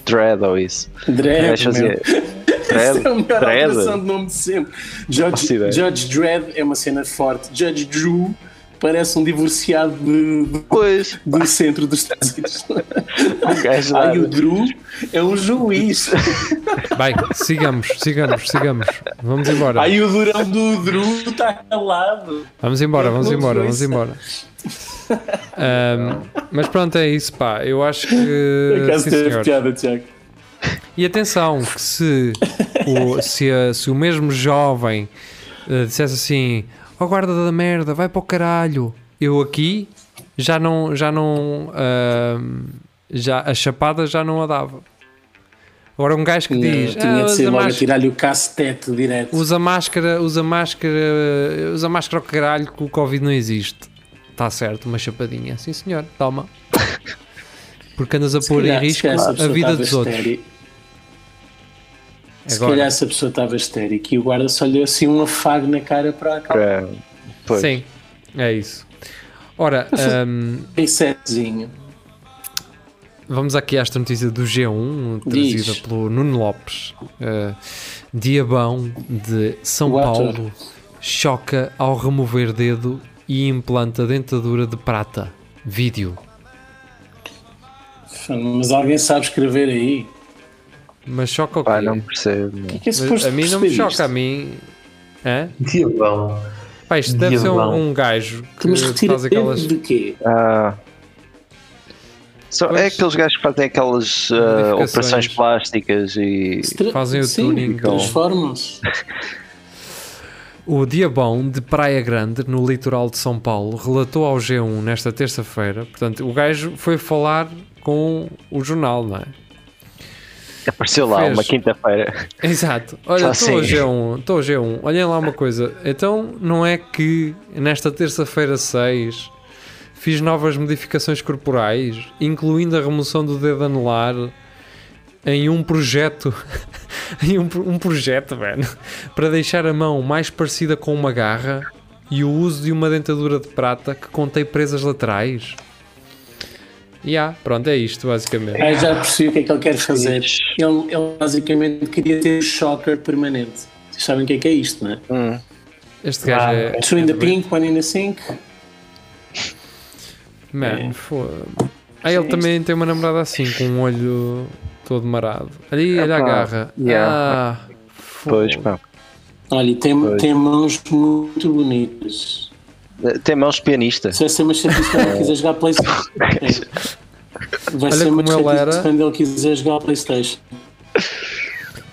Dread ou isso. O
Dredd,
gajo fazia.
meu. Essa é a melhor alteração de
Dread?
nome de sempre.
Faço ideia.
Judge, Judge Dredd é uma cena forte. Judge Drew parece um divorciado de- de-
Pois,
do centro dos Estados Unidos.
o Um gajo lá.
Ai, o Drew é um juiz.
Bem, sigamos, sigamos, sigamos. Vamos embora.
Ai, o durão do Drew está calado.
Vamos embora, vamos
Vamos
embora, vamos
isso.
embora. Ahm, mas pronto, é isso, pá. Eu acho que.
Acaso
Sim,
teve
senhor.
piada, Tiago.
E atenção, que se o, se, a- se o mesmo jovem eh, dissesse assim: Ó guarda da merda, vai para o caralho, eu aqui já não. Já não ahm, já, a chapada já não a dava. Agora, um gajo que
Não,
diz:
tinha
"Ah,
de ser
usa,
logo a
máscara-
tirar-lhe o cacetete direto.
usa máscara, usa máscara, usa máscara ao caralho que o Covid não existe. Está certo, uma chapadinha. Sim, senhor, toma. Porque andas a
Se
pôr em
calhar- se
risco
calhar essa
a
pessoa
vida
estava
dos outros.
estéril. Se
Agora.
calhar essa pessoa estava histérica e o guarda só lhe deu assim um afago na cara para acalmar.
Para- Pois.
Sim, é isso. Ora, hum,
Tem setezinho.
vamos aqui a esta notícia do G1, trazida
Diz.
pelo Nuno Lopes. Uh, Diabão de São
O ator.
Paulo choca ao remover dedo e implanta dentadura de prata. Vídeo.
Mas alguém sabe escrever aí.
Mas choca o quê?
Pá, não percebo.
O que
não.
é que é
Mas
suposto
a mim não me
perceber
choca,
isto?
a mim. Hã?
Diabão.
Pá, isto deve ser
Diabão.
um, um gajo que
Mas retira
faz aquelas.
de quê?
Ah. Só- é
Pois.
aqueles gajos que fazem aquelas ah,
Modificações.
operações plásticas e.
Se tra-
Fazem o
Sim,
tuning.
Transformam-se.
O Diabão de Praia Grande, no litoral de São Paulo, relatou ao G1 nesta terça-feira. Portanto, o gajo foi falar com o jornal, não é?
Apareceu lá
Fez.
uma quinta-feira.
Exato. Olha,
Só
estou
assim.
G1, estou G1. Olhem lá uma coisa. Então, não é que nesta terça-feira 6 fiz novas modificações corporais, incluindo a remoção do dedo anular em um projeto. em um, pro- um projeto, velho. Para deixar a mão mais parecida com uma garra e o uso de uma dentadura de prata que contém presas laterais. E yeah, pronto, é isto basicamente.
Ah, já percebi o que é que ele quer fazer. Ele, ele basicamente queria ter um shocker permanente. Vocês sabem o que é que é isto, não é?
Hum.
Este gajo
Ah,
é.
Two in the pink, one in the sink.
Mano,
É.
foda Ah, ele também tem uma namorada assim, com um olho todo marado. Ali, olha a
Epá,
garra.
yeah.
Ah,
Pois,
foda
pá.
Olha, e tem,
Pois.
tem mãos muito bonitas.
Tem mãos de pianista.
Se vai ser uma chatice quando ele quiser jogar Playstation. É. Vai
Olha
ser uma
como ele
chatice
era.
quando ele quiser jogar Playstation.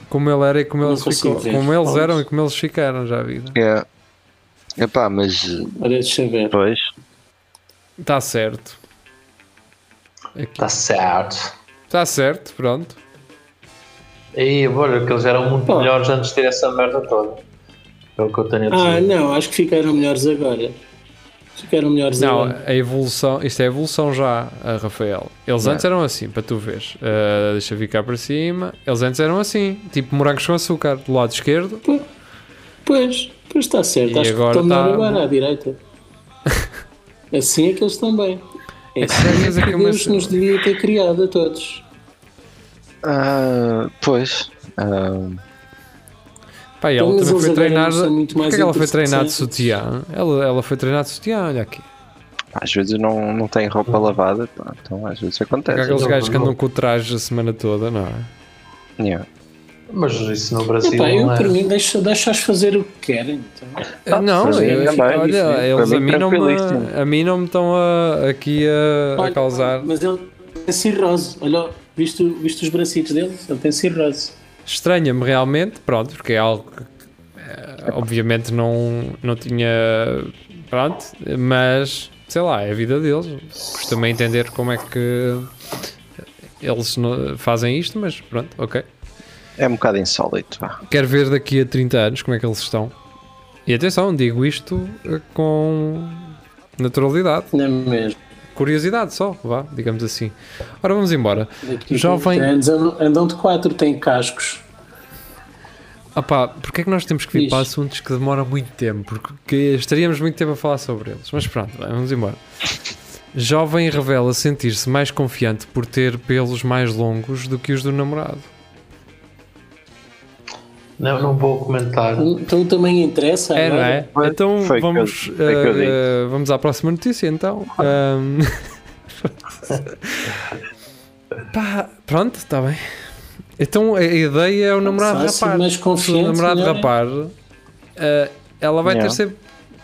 Como ele era e como
Não
eles,
consigo
ficou,
ver.
como eles
Vamos.
eram e como eles ficaram já a vida.
É. Epá, mas.
Olha, deixa eu ver.
Pois.
Está Tá certo. Aqui.
Está Tá certo.
Está certo, pronto.
E olha, que eles eram muito
Pô.
melhores antes de ter essa merda toda. É o que eu tenho a
Ah,
dizer.
não, acho que ficaram melhores agora. Ficaram melhores
Não,
agora.
a evolução, isto é evolução já, ah, Rafael. Eles
Não.
antes eram assim, para tu veres. Ah, deixa eu ficar para cima. Eles antes eram assim, tipo morangos com açúcar, do lado esquerdo.
Pois, pois está certo.
E
acho
agora tá
que estão melhor
está-
agora à direita. assim é que eles estão bem. É isso
Mas é que
que
é uma-
Deus nos devia ter criado a todos.
Ah, pois. Ah,
Pá, e
Pelo
ela
menos
também
eles
foi
agora não
treinada.
são muito
Porquê
mais
que ela foi treinada de
interessantes.
sutiã? Ela, ela foi treinada de sutiã, olha aqui.
às vezes não, não tem roupa lavada. pá, Então às vezes
Porque
acontece.
Uhum. aqueles
não,
gajos que
não.
andam com o traje a semana toda, não é?
Yeah.
Mas isso no Brasil
Ah, Epá, eu
não é.
para mim deixo, deixo-os fazer o que querem. Então.
não,
para mim
eu-
Ah, também,
olha,
para
eles a
mim
mim, não me,
tranquilíssimo.
a mim não me estão a- aqui a, a
Olha,
causar.
Mas ele tem cirrose. Olha, viste, viste os bracitos dele? Ele tem cirrose.
Estranha-me realmente, pronto, porque é algo que eh, obviamente não, não tinha. Pronto, mas sei lá, é a vida deles. Costumo entender como é que eles no- fazem isto, mas pronto, ok.
É um bocado insólito. pá.
Quero ver daqui a 30 anos como é que eles estão. E atenção, digo isto eh, com naturalidade,
Não é mesmo?
curiosidade só, vá, digamos assim. Ora, vamos embora.
Daqui a
Jovem-
30 anos andam, andam de quatro, têm cascos.
Ah pá, porque é que nós temos que vir
Diz.
para assuntos que demoram muito tempo? Porque estaríamos muito tempo a falar sobre eles. Mas pronto, vai, vamos embora. Jovem revela sentir-se mais confiante por ter pelos mais longos do que os do namorado.
Não, não vou comentar.
Então também interessa.
É, não
agora.
é?
Foi-
Então
foi que eu-
vamos,
foi que eu Ah.
eh, vamos à próxima notícia então. Ahm. Pá, pronto, está bem. Então a a ideia é o namorado
Sabe-se,
rapar.
mas
Se o
confiante,
namorado
melhor é.
rapar, eh, ela vai ter
Não.
sempre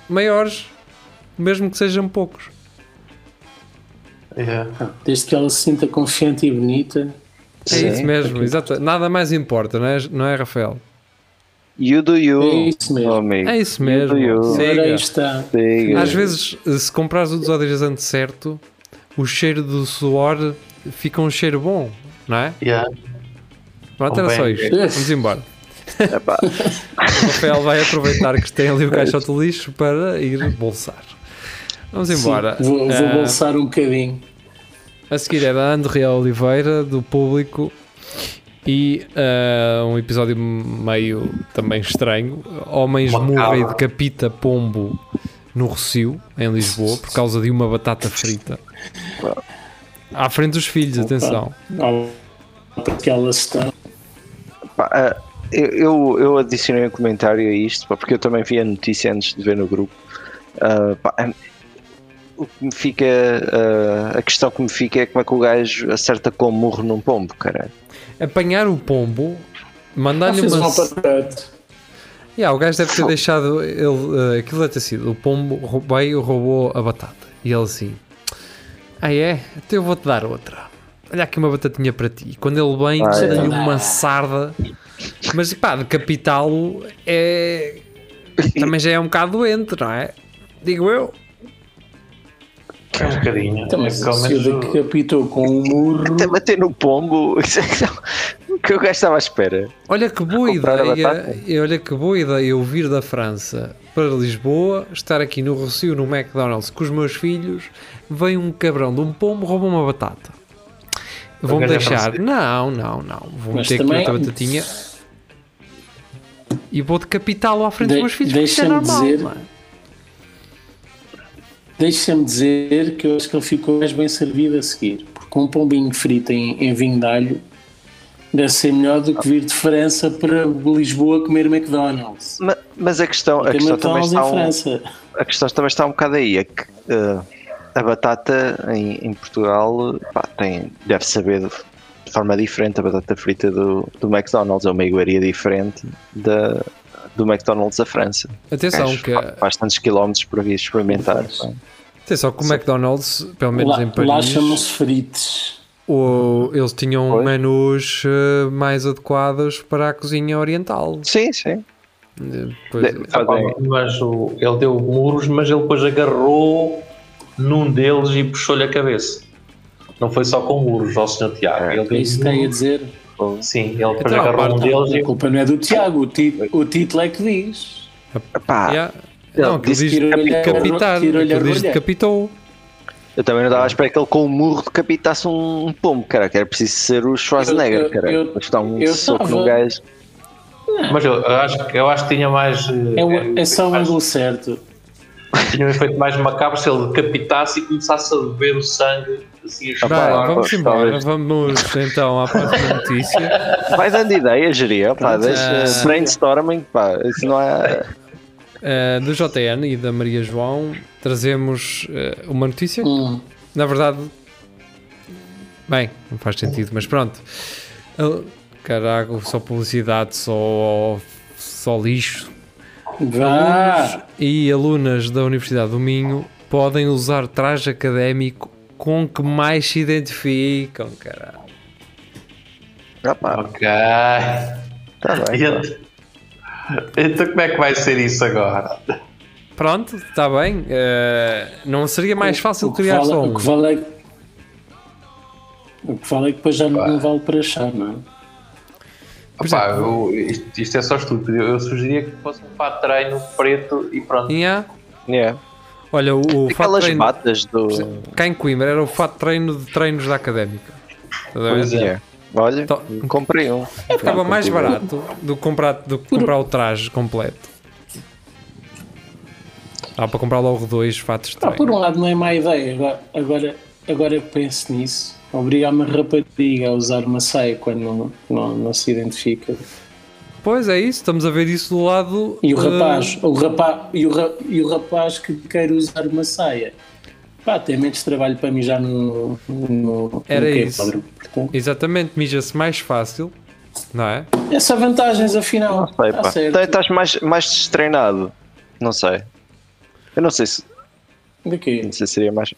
maiores, mesmo que sejam poucos.
É.
Ah, Desde que ela se sinta confiante e bonita.
É isso mesmo, exato. Nada mais importa, não é, não é Rafael?
You do you.
É isso mesmo.
meu amigo.
É isso mesmo.
You do you.
Siga.
Agora aí está.
Siga.
Às vezes, eh, se comprares o desodorizante certo, o cheiro do suor fica um cheiro bom, não é?
Yeah.
Pronto, era
Bem,
só isto.
é.
Vamos embora.
Epá,
O Rafael vai aproveitar que tem ali o caixote de lixo para ir bolsar. Vamos embora.
Sim, vou, vou
Ah,
bolsar um bocadinho.
A seguir é da Andrea Oliveira, do Público, e ah, um episódio meio também estranho. Homens
Uma
murra e
cabra.
decapita pombo no Rocio, em Lisboa, por causa de uma batata frita. À frente dos filhos, atenção.
Ah, Porque ela está.
pá, ah, eu, eu, eu adicionei um comentário a isto, pá, porque eu também vi a notícia antes de ver no grupo. Ah, pá, Eh, o que me fica. ah, a questão que me fica é como é que o gajo acerta com o murro num pombo, caralho.
Apanhar o pombo, mandar-lhe
Fez
uma.
Ah, uma patata.
Yeah, o gajo deve ter deixado. Ele, eh, aquilo deve ter sido. O pombo rou- veio, roubou a batata. E ele assim. Ah, é? Então eu vou-te dar outra. Olha aqui uma batatinha para ti. E Quando ele vem,
Ah, é.
dá-lhe uma sarda. Mas pá, decapitá-lo é. Também já é um bocado doente, não é? Digo eu.
É um bocadinho.
Também,
É,
se
pelo
Então, o
menos o-
decapitou com um murro.
Até bater no pombo, isso é que não- que o gajo estava à espera.
Olha que boa
Comprar a
ideia.
batata.
e Olha que boa ideia eu vir da França para Lisboa, estar aqui no Rocio, no McDonald's com os meus filhos. Vem um cabrão de um pombo, rouba uma batata. Vão
gajo é
deixar.
francês.
Não, não, não. Vou
Mas
meter
também-
aqui outra batatinha e vou decapitá-lo à frente
De-
dos meus filhos. porque Isso é
deixa-me
normal.
dizer-
não é?
Deixa-me dizer que eu acho que ele ficou mais bem servido a seguir. Porque um pombinho frito em, em vinho de alho deve ser melhor do que vir de França para Lisboa comer McDonald's.
Ma- Mas a questão, a
Tem
questão também
McDonald's em
está um,
França.
a questão também está um bocado aí, é que eh, a batata em, em Portugal pá, tem, deve saber de, de forma diferente a batata frita do, do McDonald's, é uma iguaria diferente da, do McDonald's da França.
Atenção,
Gajo
que,
fa- faz tantos quilómetros por aqui experimentar. pá.
atenção que o McDonald's, pelo menos
Lá,
em
lá
Paris,
chamam-se frites.
o- eles tinham
Oi?
menus eh, mais adequados para a cozinha oriental.
Sim, sim.
Eh, pois-
De-
Ah, pá,
fazem-
mas o- ele deu muros, mas ele depois agarrou num deles e puxou-lhe a cabeça. Não foi só com muros, ao senhor Tiago.
É,
ele
É
deu
isso que tem a dizer.
Sim, ele depois
Então,
agarrou um
Bartol,
deles
A
e
culpa não é do Tiago, o, ti- o título é que diz.
Pá,
Yeah. Não, que
disse
diz
que tirou-lhe a-
decapitar. Que
tirou-lhe a
diz
orelha.
decapitou.
Eu também não dava à espera que ele com um murro decapitasse um, um pombo, cara, que era preciso ser o
Eu-
Schwarzenegger,
eu-
cara.
eu-
Mas dá um
eu
soco
tava.
num gajo.
Mas eu, eu acho, que- eu acho que tinha mais. eh,
É, o- é só o
mais-
ângulo certo.
Tinha um efeito mais macabro se ele decapitasse e começasse a beber o sangue assim a
Vai,
chorar.
vamos
pois,
embora.
talvez.
Vamos então à próxima notícia.
Vai dando ideia, geria, pá, deixa
Ah.
brainstorming, pá, isso não é.
Eh, do JN e da Maria João, trazemos eh, uma notícia.
Hum.
Na verdade, bem, não faz sentido, mas pronto. Eh, Caraca, só publicidade, só, só lixo. Ah,
Vá!
E alunas da Universidade do Minho podem usar traje académico com que mais se identificam, caralho.
Ah, pá,
Ok.
tá bem.
Então- Então, como é que vai ser isso agora?
Pronto, está bem. Eh, não seria mais fácil
O que
criar
vale-
só um?
O que vale é que. O que vale é que depois já não vale para achar, não é?
Opá, eu- isto, isto é só estúpido. Eu, eu sugeria que fosse um fato de treino preto e pronto.
Yeah.
Yeah.
Olha, o, o fato de
é
Aquelas
treino.
batas do.
Cá em Coimbra era o fato de treino de treinos da académica. Estás a ver?
Pois é.
Yeah. Olha,
Então-
comprei um.
é,
Ficava
tá,
mais barato do que comprar, do que comprar o traje completo. Dá para comprar logo dois fatos de
Ah, por
treino.
um lado não é má ideia. Agora, agora, agora eu penso nisso. Obrigar uma rapariga a usar uma saia quando não, não, não se identifica.
Pois é isso, estamos a ver isso do lado.
E o
eh,
rapaz, o rapaz e, o ra- e o rapaz que quer usar uma saia. Pá, tem menos trabalho para mijar no, no,
Era
no
isso.
quebrado. Portanto,
Exatamente, mija-se mais fácil, não é?
é só vantagens, afinal.
Não sei,
Tá
pá.
certo.
Então estás mais, mais destreinado. Não sei. Eu não sei se,
De quê?
não sei se seria mais.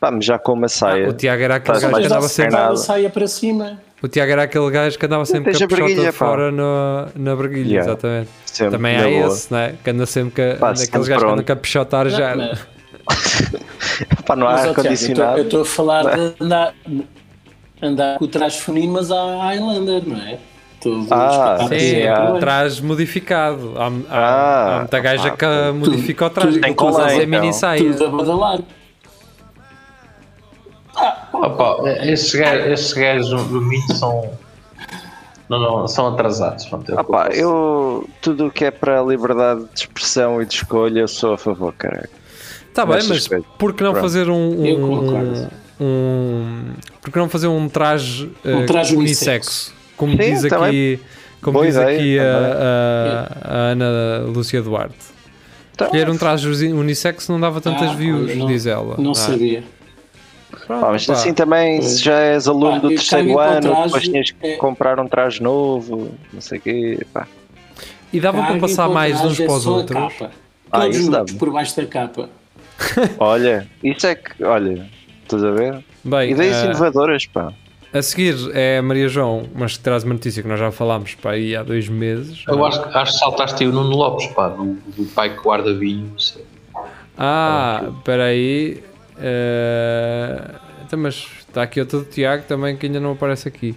Pá, mas já com uma
O
saia.
Tiago era aquele
Mas
gajo que
Mas dá
andava
se
sempre.
a
nada.
saia para cima.
O Tiago era aquele gajo que andava sempre com
Deixa
a
a breguilha,
puxota
pá.
fora na, na breguilha,
Yeah.
exatamente.
Sempre,
Também
na
há
boa.
esse, né? Que anda sempre com
Pá,
a- daqueles
sempre
gajos que andam
pronto.
com a puxota a arejar.
Não, não.
Pá, não há
Mas, ó, Tiago,
ar-condicionado.
Eu estou a falar de andar, andar com o traje funil, mas à Highlander, não é? Estou
Ah,
escutar
Sim,
dizer,
Sim, há.
tudo bem.
traz modificado. Há, há,
Ah,
há muita gaja
ah,
que modifica o traje.
tudo-
Tem
Tem
com
colã,
a
então.
mini saia.
tudo a badalar.
Opa, esses gajos, esses gajos do- do Minho são. Não, não, são atrasados. Pronto, é o
Ah
que
pá,
posso-
eu tudo o que é para a liberdade de expressão e de escolha eu sou a favor, caralho.
Tá bem,
Nessas
mas
coisas.
por que não
Pronto.
fazer um.
Eu
um,
concordo.
um por que não fazer um traje,
Um
eh,
traje
unissexo? Como
Sim,
diz
também.
aqui, como
Boa
diz
ideia,
aqui a,
também.
a- a Ana Lúcia Duarte.
Então,
Era um traje unissex não dava tantas
Ah,
views,
não-
diz ela.
Não
Ah,
sabia.
pá, mas
pá.
assim também, se já és aluno
Pá,
do
eu
terceiro
caguei para o
ano,
traje,
depois tinhas que
é-
comprar um traje novo, não sei o quê. Pá.
E dava para
Carga
passar
e
mais de uns
contraste é
para os
só a
outros.
capa.
Ah,
Todos
isso
juntos,
dá-me.
por baixo da capa.
Olha, isso é que. Olha, estás a ver?
Bem,
Ideias
ah,
inovadoras, pá.
a seguir é a Maria João, mas que traz uma notícia que nós já falámos para aí há dois meses.
Eu acho, que- acho que saltaste aí o Nuno Lopes, pá, do, do pai que guarda vinho. não sei.
Ah, espera aí. Eh, então, mas está aqui outro do Tiago também que ainda não aparece aqui.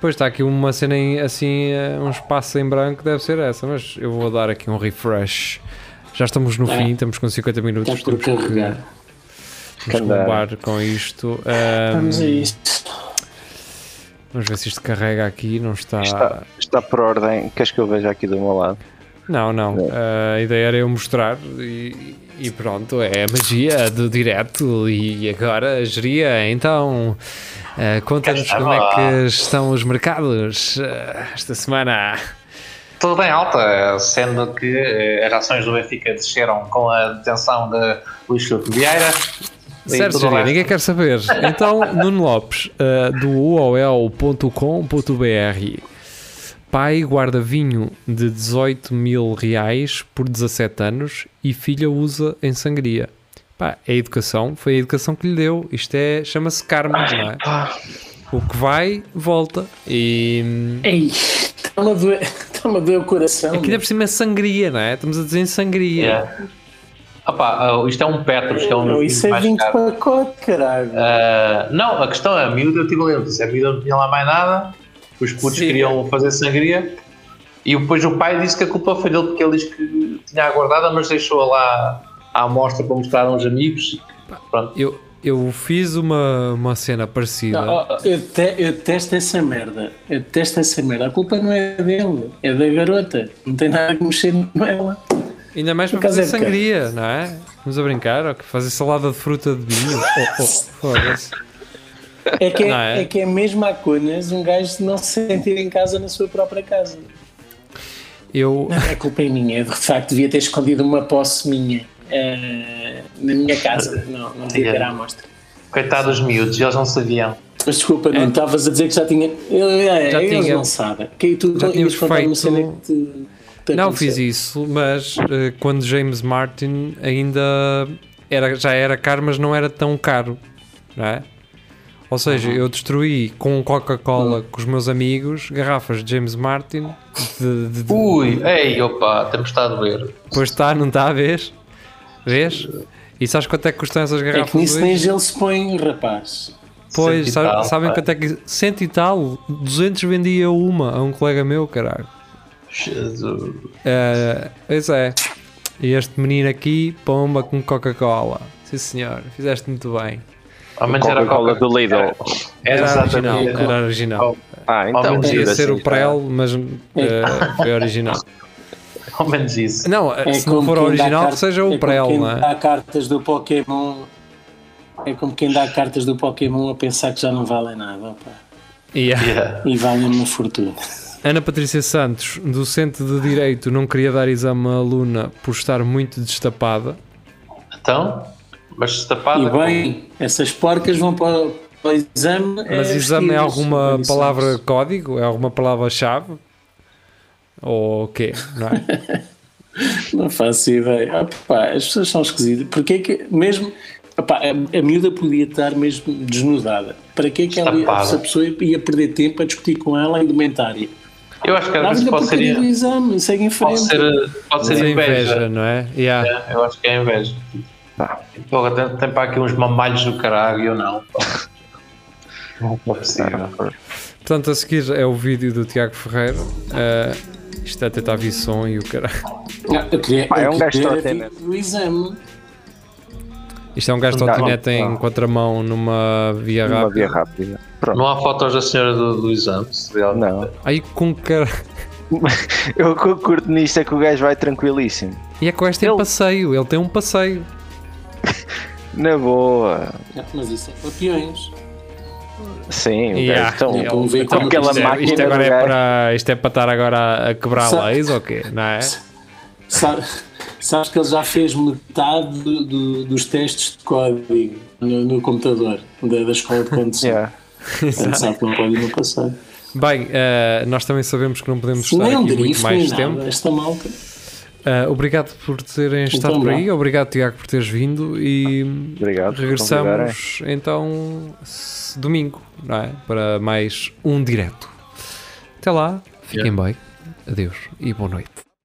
Pois está aqui uma cena em- assim, eh, um espaço em branco, deve ser essa, mas eu vou dar aqui um refresh. Já estamos no
É.
fim, estamos com 50 minutos.
Está por
temos que-
carregar.
Temos que
Caralho.
bombar com isto. Eh,
Vamos a isso.
vamos ver se isto carrega aqui, não está.
Está, está por ordem. Queres que eu veja aqui do meu lado?
Não, não. Eh, a ideia era eu mostrar e, e pronto, é a magia do direto. E agora, geria, então, eh, conta-nos como é que estão os mercados eh, esta semana.
Tudo em alta, é, sendo que eh, as ações do Benfica desceram com a detenção de Luís Filipe Vieira. E
Certo,
tudo o
geria,
resto.
ninguém quer saber. Então, Nuno Lopes, eh, do uol.com.br. Pai guarda vinho de 18 mil reais por 17 anos e filha usa em sangria. Pá, é a educação, foi a educação que lhe deu. Isto é, chama-se karma, não é? O que vai, volta. E
Ei, está-me a doer, está-me a doer o coração.
aqui ainda por cima é sangria, não é? Estamos a dizer em sangria.
Yeah. Ah pá, É. ah, isto é um Petros, que é um
Não,
dos
isso
vinhos
é
mais
20
caros.
pacote, caralho.
Ah, não, a questão é, a miúda, eu tive a ler, disse, a miúda não tinha lá mais nada, os putos
Sim.
queriam fazer sangria, e depois o pai disse que a culpa foi dele, porque ele disse que tinha aguardada, mas deixou-a lá à amostra para mostrar a uns amigos. Pronto.
Eu, eu fiz uma, uma cena parecida.
Não, oh, eu, te, eu detesto essa merda. Eu detesto essa merda. A culpa não é dele, é da garota. Não tem nada que mexer nela.
Ainda mais para
Por acaso
fazer
é de
sangria, não é? Vamos a brincar, ou que fazer salada de fruta de vinho. Oh, oh, foda-se.
É que é,
Não é?
é que é mesmo a conas um gajo não se sentir em casa na sua própria casa.
Eu,
Não é culpa em minha. Eu, De facto, devia ter escondido uma posse minha eh, na minha casa. Não, não devia ter à amostra.
Coitado dos miúdos, eles não sabiam.
Mas desculpa, não estavas a dizer que já tinha. Eu, eu,
Já
É. já eles
tinha.
não sabem. Que tu
Já tínhamos
ias contar uma cena
feito-
que te, te
não
aconteceu.
fiz isso, mas eh, quando James Martin ainda era, já era caro, mas não era tão caro, não é? Ou seja, eu destruí com um Coca-Cola
Hum.
com os meus amigos garrafas de James Martin. De, de- de-
Ui, ei, opa, temos estado a ver.
Pois está, não está, vês? Vês? E sabes quanto é que custam essas
É
garrafas?
que nisso
hoje?
nem gelo se põe, rapaz.
Pois,
Cento e
sabe-
tal,
sabem
pá.
quanto é que. Cento e tal, 200 vendia uma a um colega meu, caralho.
Jesus.
Eh, Pois é. E este menino aqui, pomba com Coca-Cola. Sim senhor, fizeste muito bem.
Ao menos era
Coca-Cola
Coca.
do Lidl.
Era,
Era
É exatamente.
original, era original.
Ah,
Ao
então.
menos
Podia
giro,
ser
assim,
o
é.
Prel, mas eh, foi original.
Ao menos isso.
Não, eh,
É
se não
como
for
quem dá
original,
car-
que seja o
é como
Prel,
quem
não é?
dá cartas do Pokémon. É como quem dá cartas do Pokémon a pensar que já não valem nada. opá.
Yeah.
Yeah.
E valem uma fortuna.
Ana Patrícia Santos, docente de Direito, não queria dar exame a aluna por estar muito destapada.
Então, mas tapada.
E bem, essas porcas vão para, o- para o exame.
Mas
eh,
exame é
vestidas,
alguma
condições.
palavra código? É alguma palavra-chave? Ou o quê? Não é?
Não faço ideia. Opá, as pessoas são esquisitas. Porque é que, mesmo. opá, a, a miúda podia estar mesmo desnudada. Para que é que ela, ia-
Estapada.
essa pessoa ia perder tempo a discutir com ela a indumentária?
Eu acho que às
Nada
vezes
da
pode
porcaria do
ser,
exame, segue em frente.
pode ser,
Mas
pode ser
é
inveja.
inveja, não é? Yeah.
É, Eu acho que é inveja.
Tá.
Porra, tem, tem para aqui uns mamalhos do caralho e eu não. Não é possível.
Portanto, a seguir é o vídeo do Tiago Ferreiro. Ah, isto é tentar vir som e o cara.
Não, eu queria,
Pá, é
eu
um gajo
queria
torto,
ver
é
o exame.
Isto é um gajo de
Não,
trotinete em contramão numa via
Uma via
rápida.
rápida. Pronto.
Não há fotos da senhora do, do exame, se vê alguma.
Não.
Aí com cara.
Eu que eu curto nisto é que o gajo vai tranquilíssimo.
E é que o gajo tem
Ele-
passeio, ele tem um passeio.
Na boa.
Não, Mas isso é para peões.
Sim, o
Yeah.
gajo é tão-
Ele-
Vamos É ver
então,
como
aquela
isto, é,
máquina
isto, agora
do
é
gajo.
para, isto é para estar agora a quebrar
Sa-
leis ou quê? Não é?
Sabe, Sabes que ele já fez metade do- do- dos testes de código no, no computador da, da escola de condução.
Yeah.
Quando sabe um como pode no passado.
Bem, eh, nós também sabemos que não podemos estar
nem um
aqui muito
drift, nem
mais
nada.
tempo.
Esta malta.
Eh, obrigado por terem
Então
estado por
vá.
aí, obrigado Tiago por teres vindo e
Obrigado. por convidarem.
regressamos então s- domingo, não é? Para mais um direto. Até lá, fiquem bem, adeus e boa noite.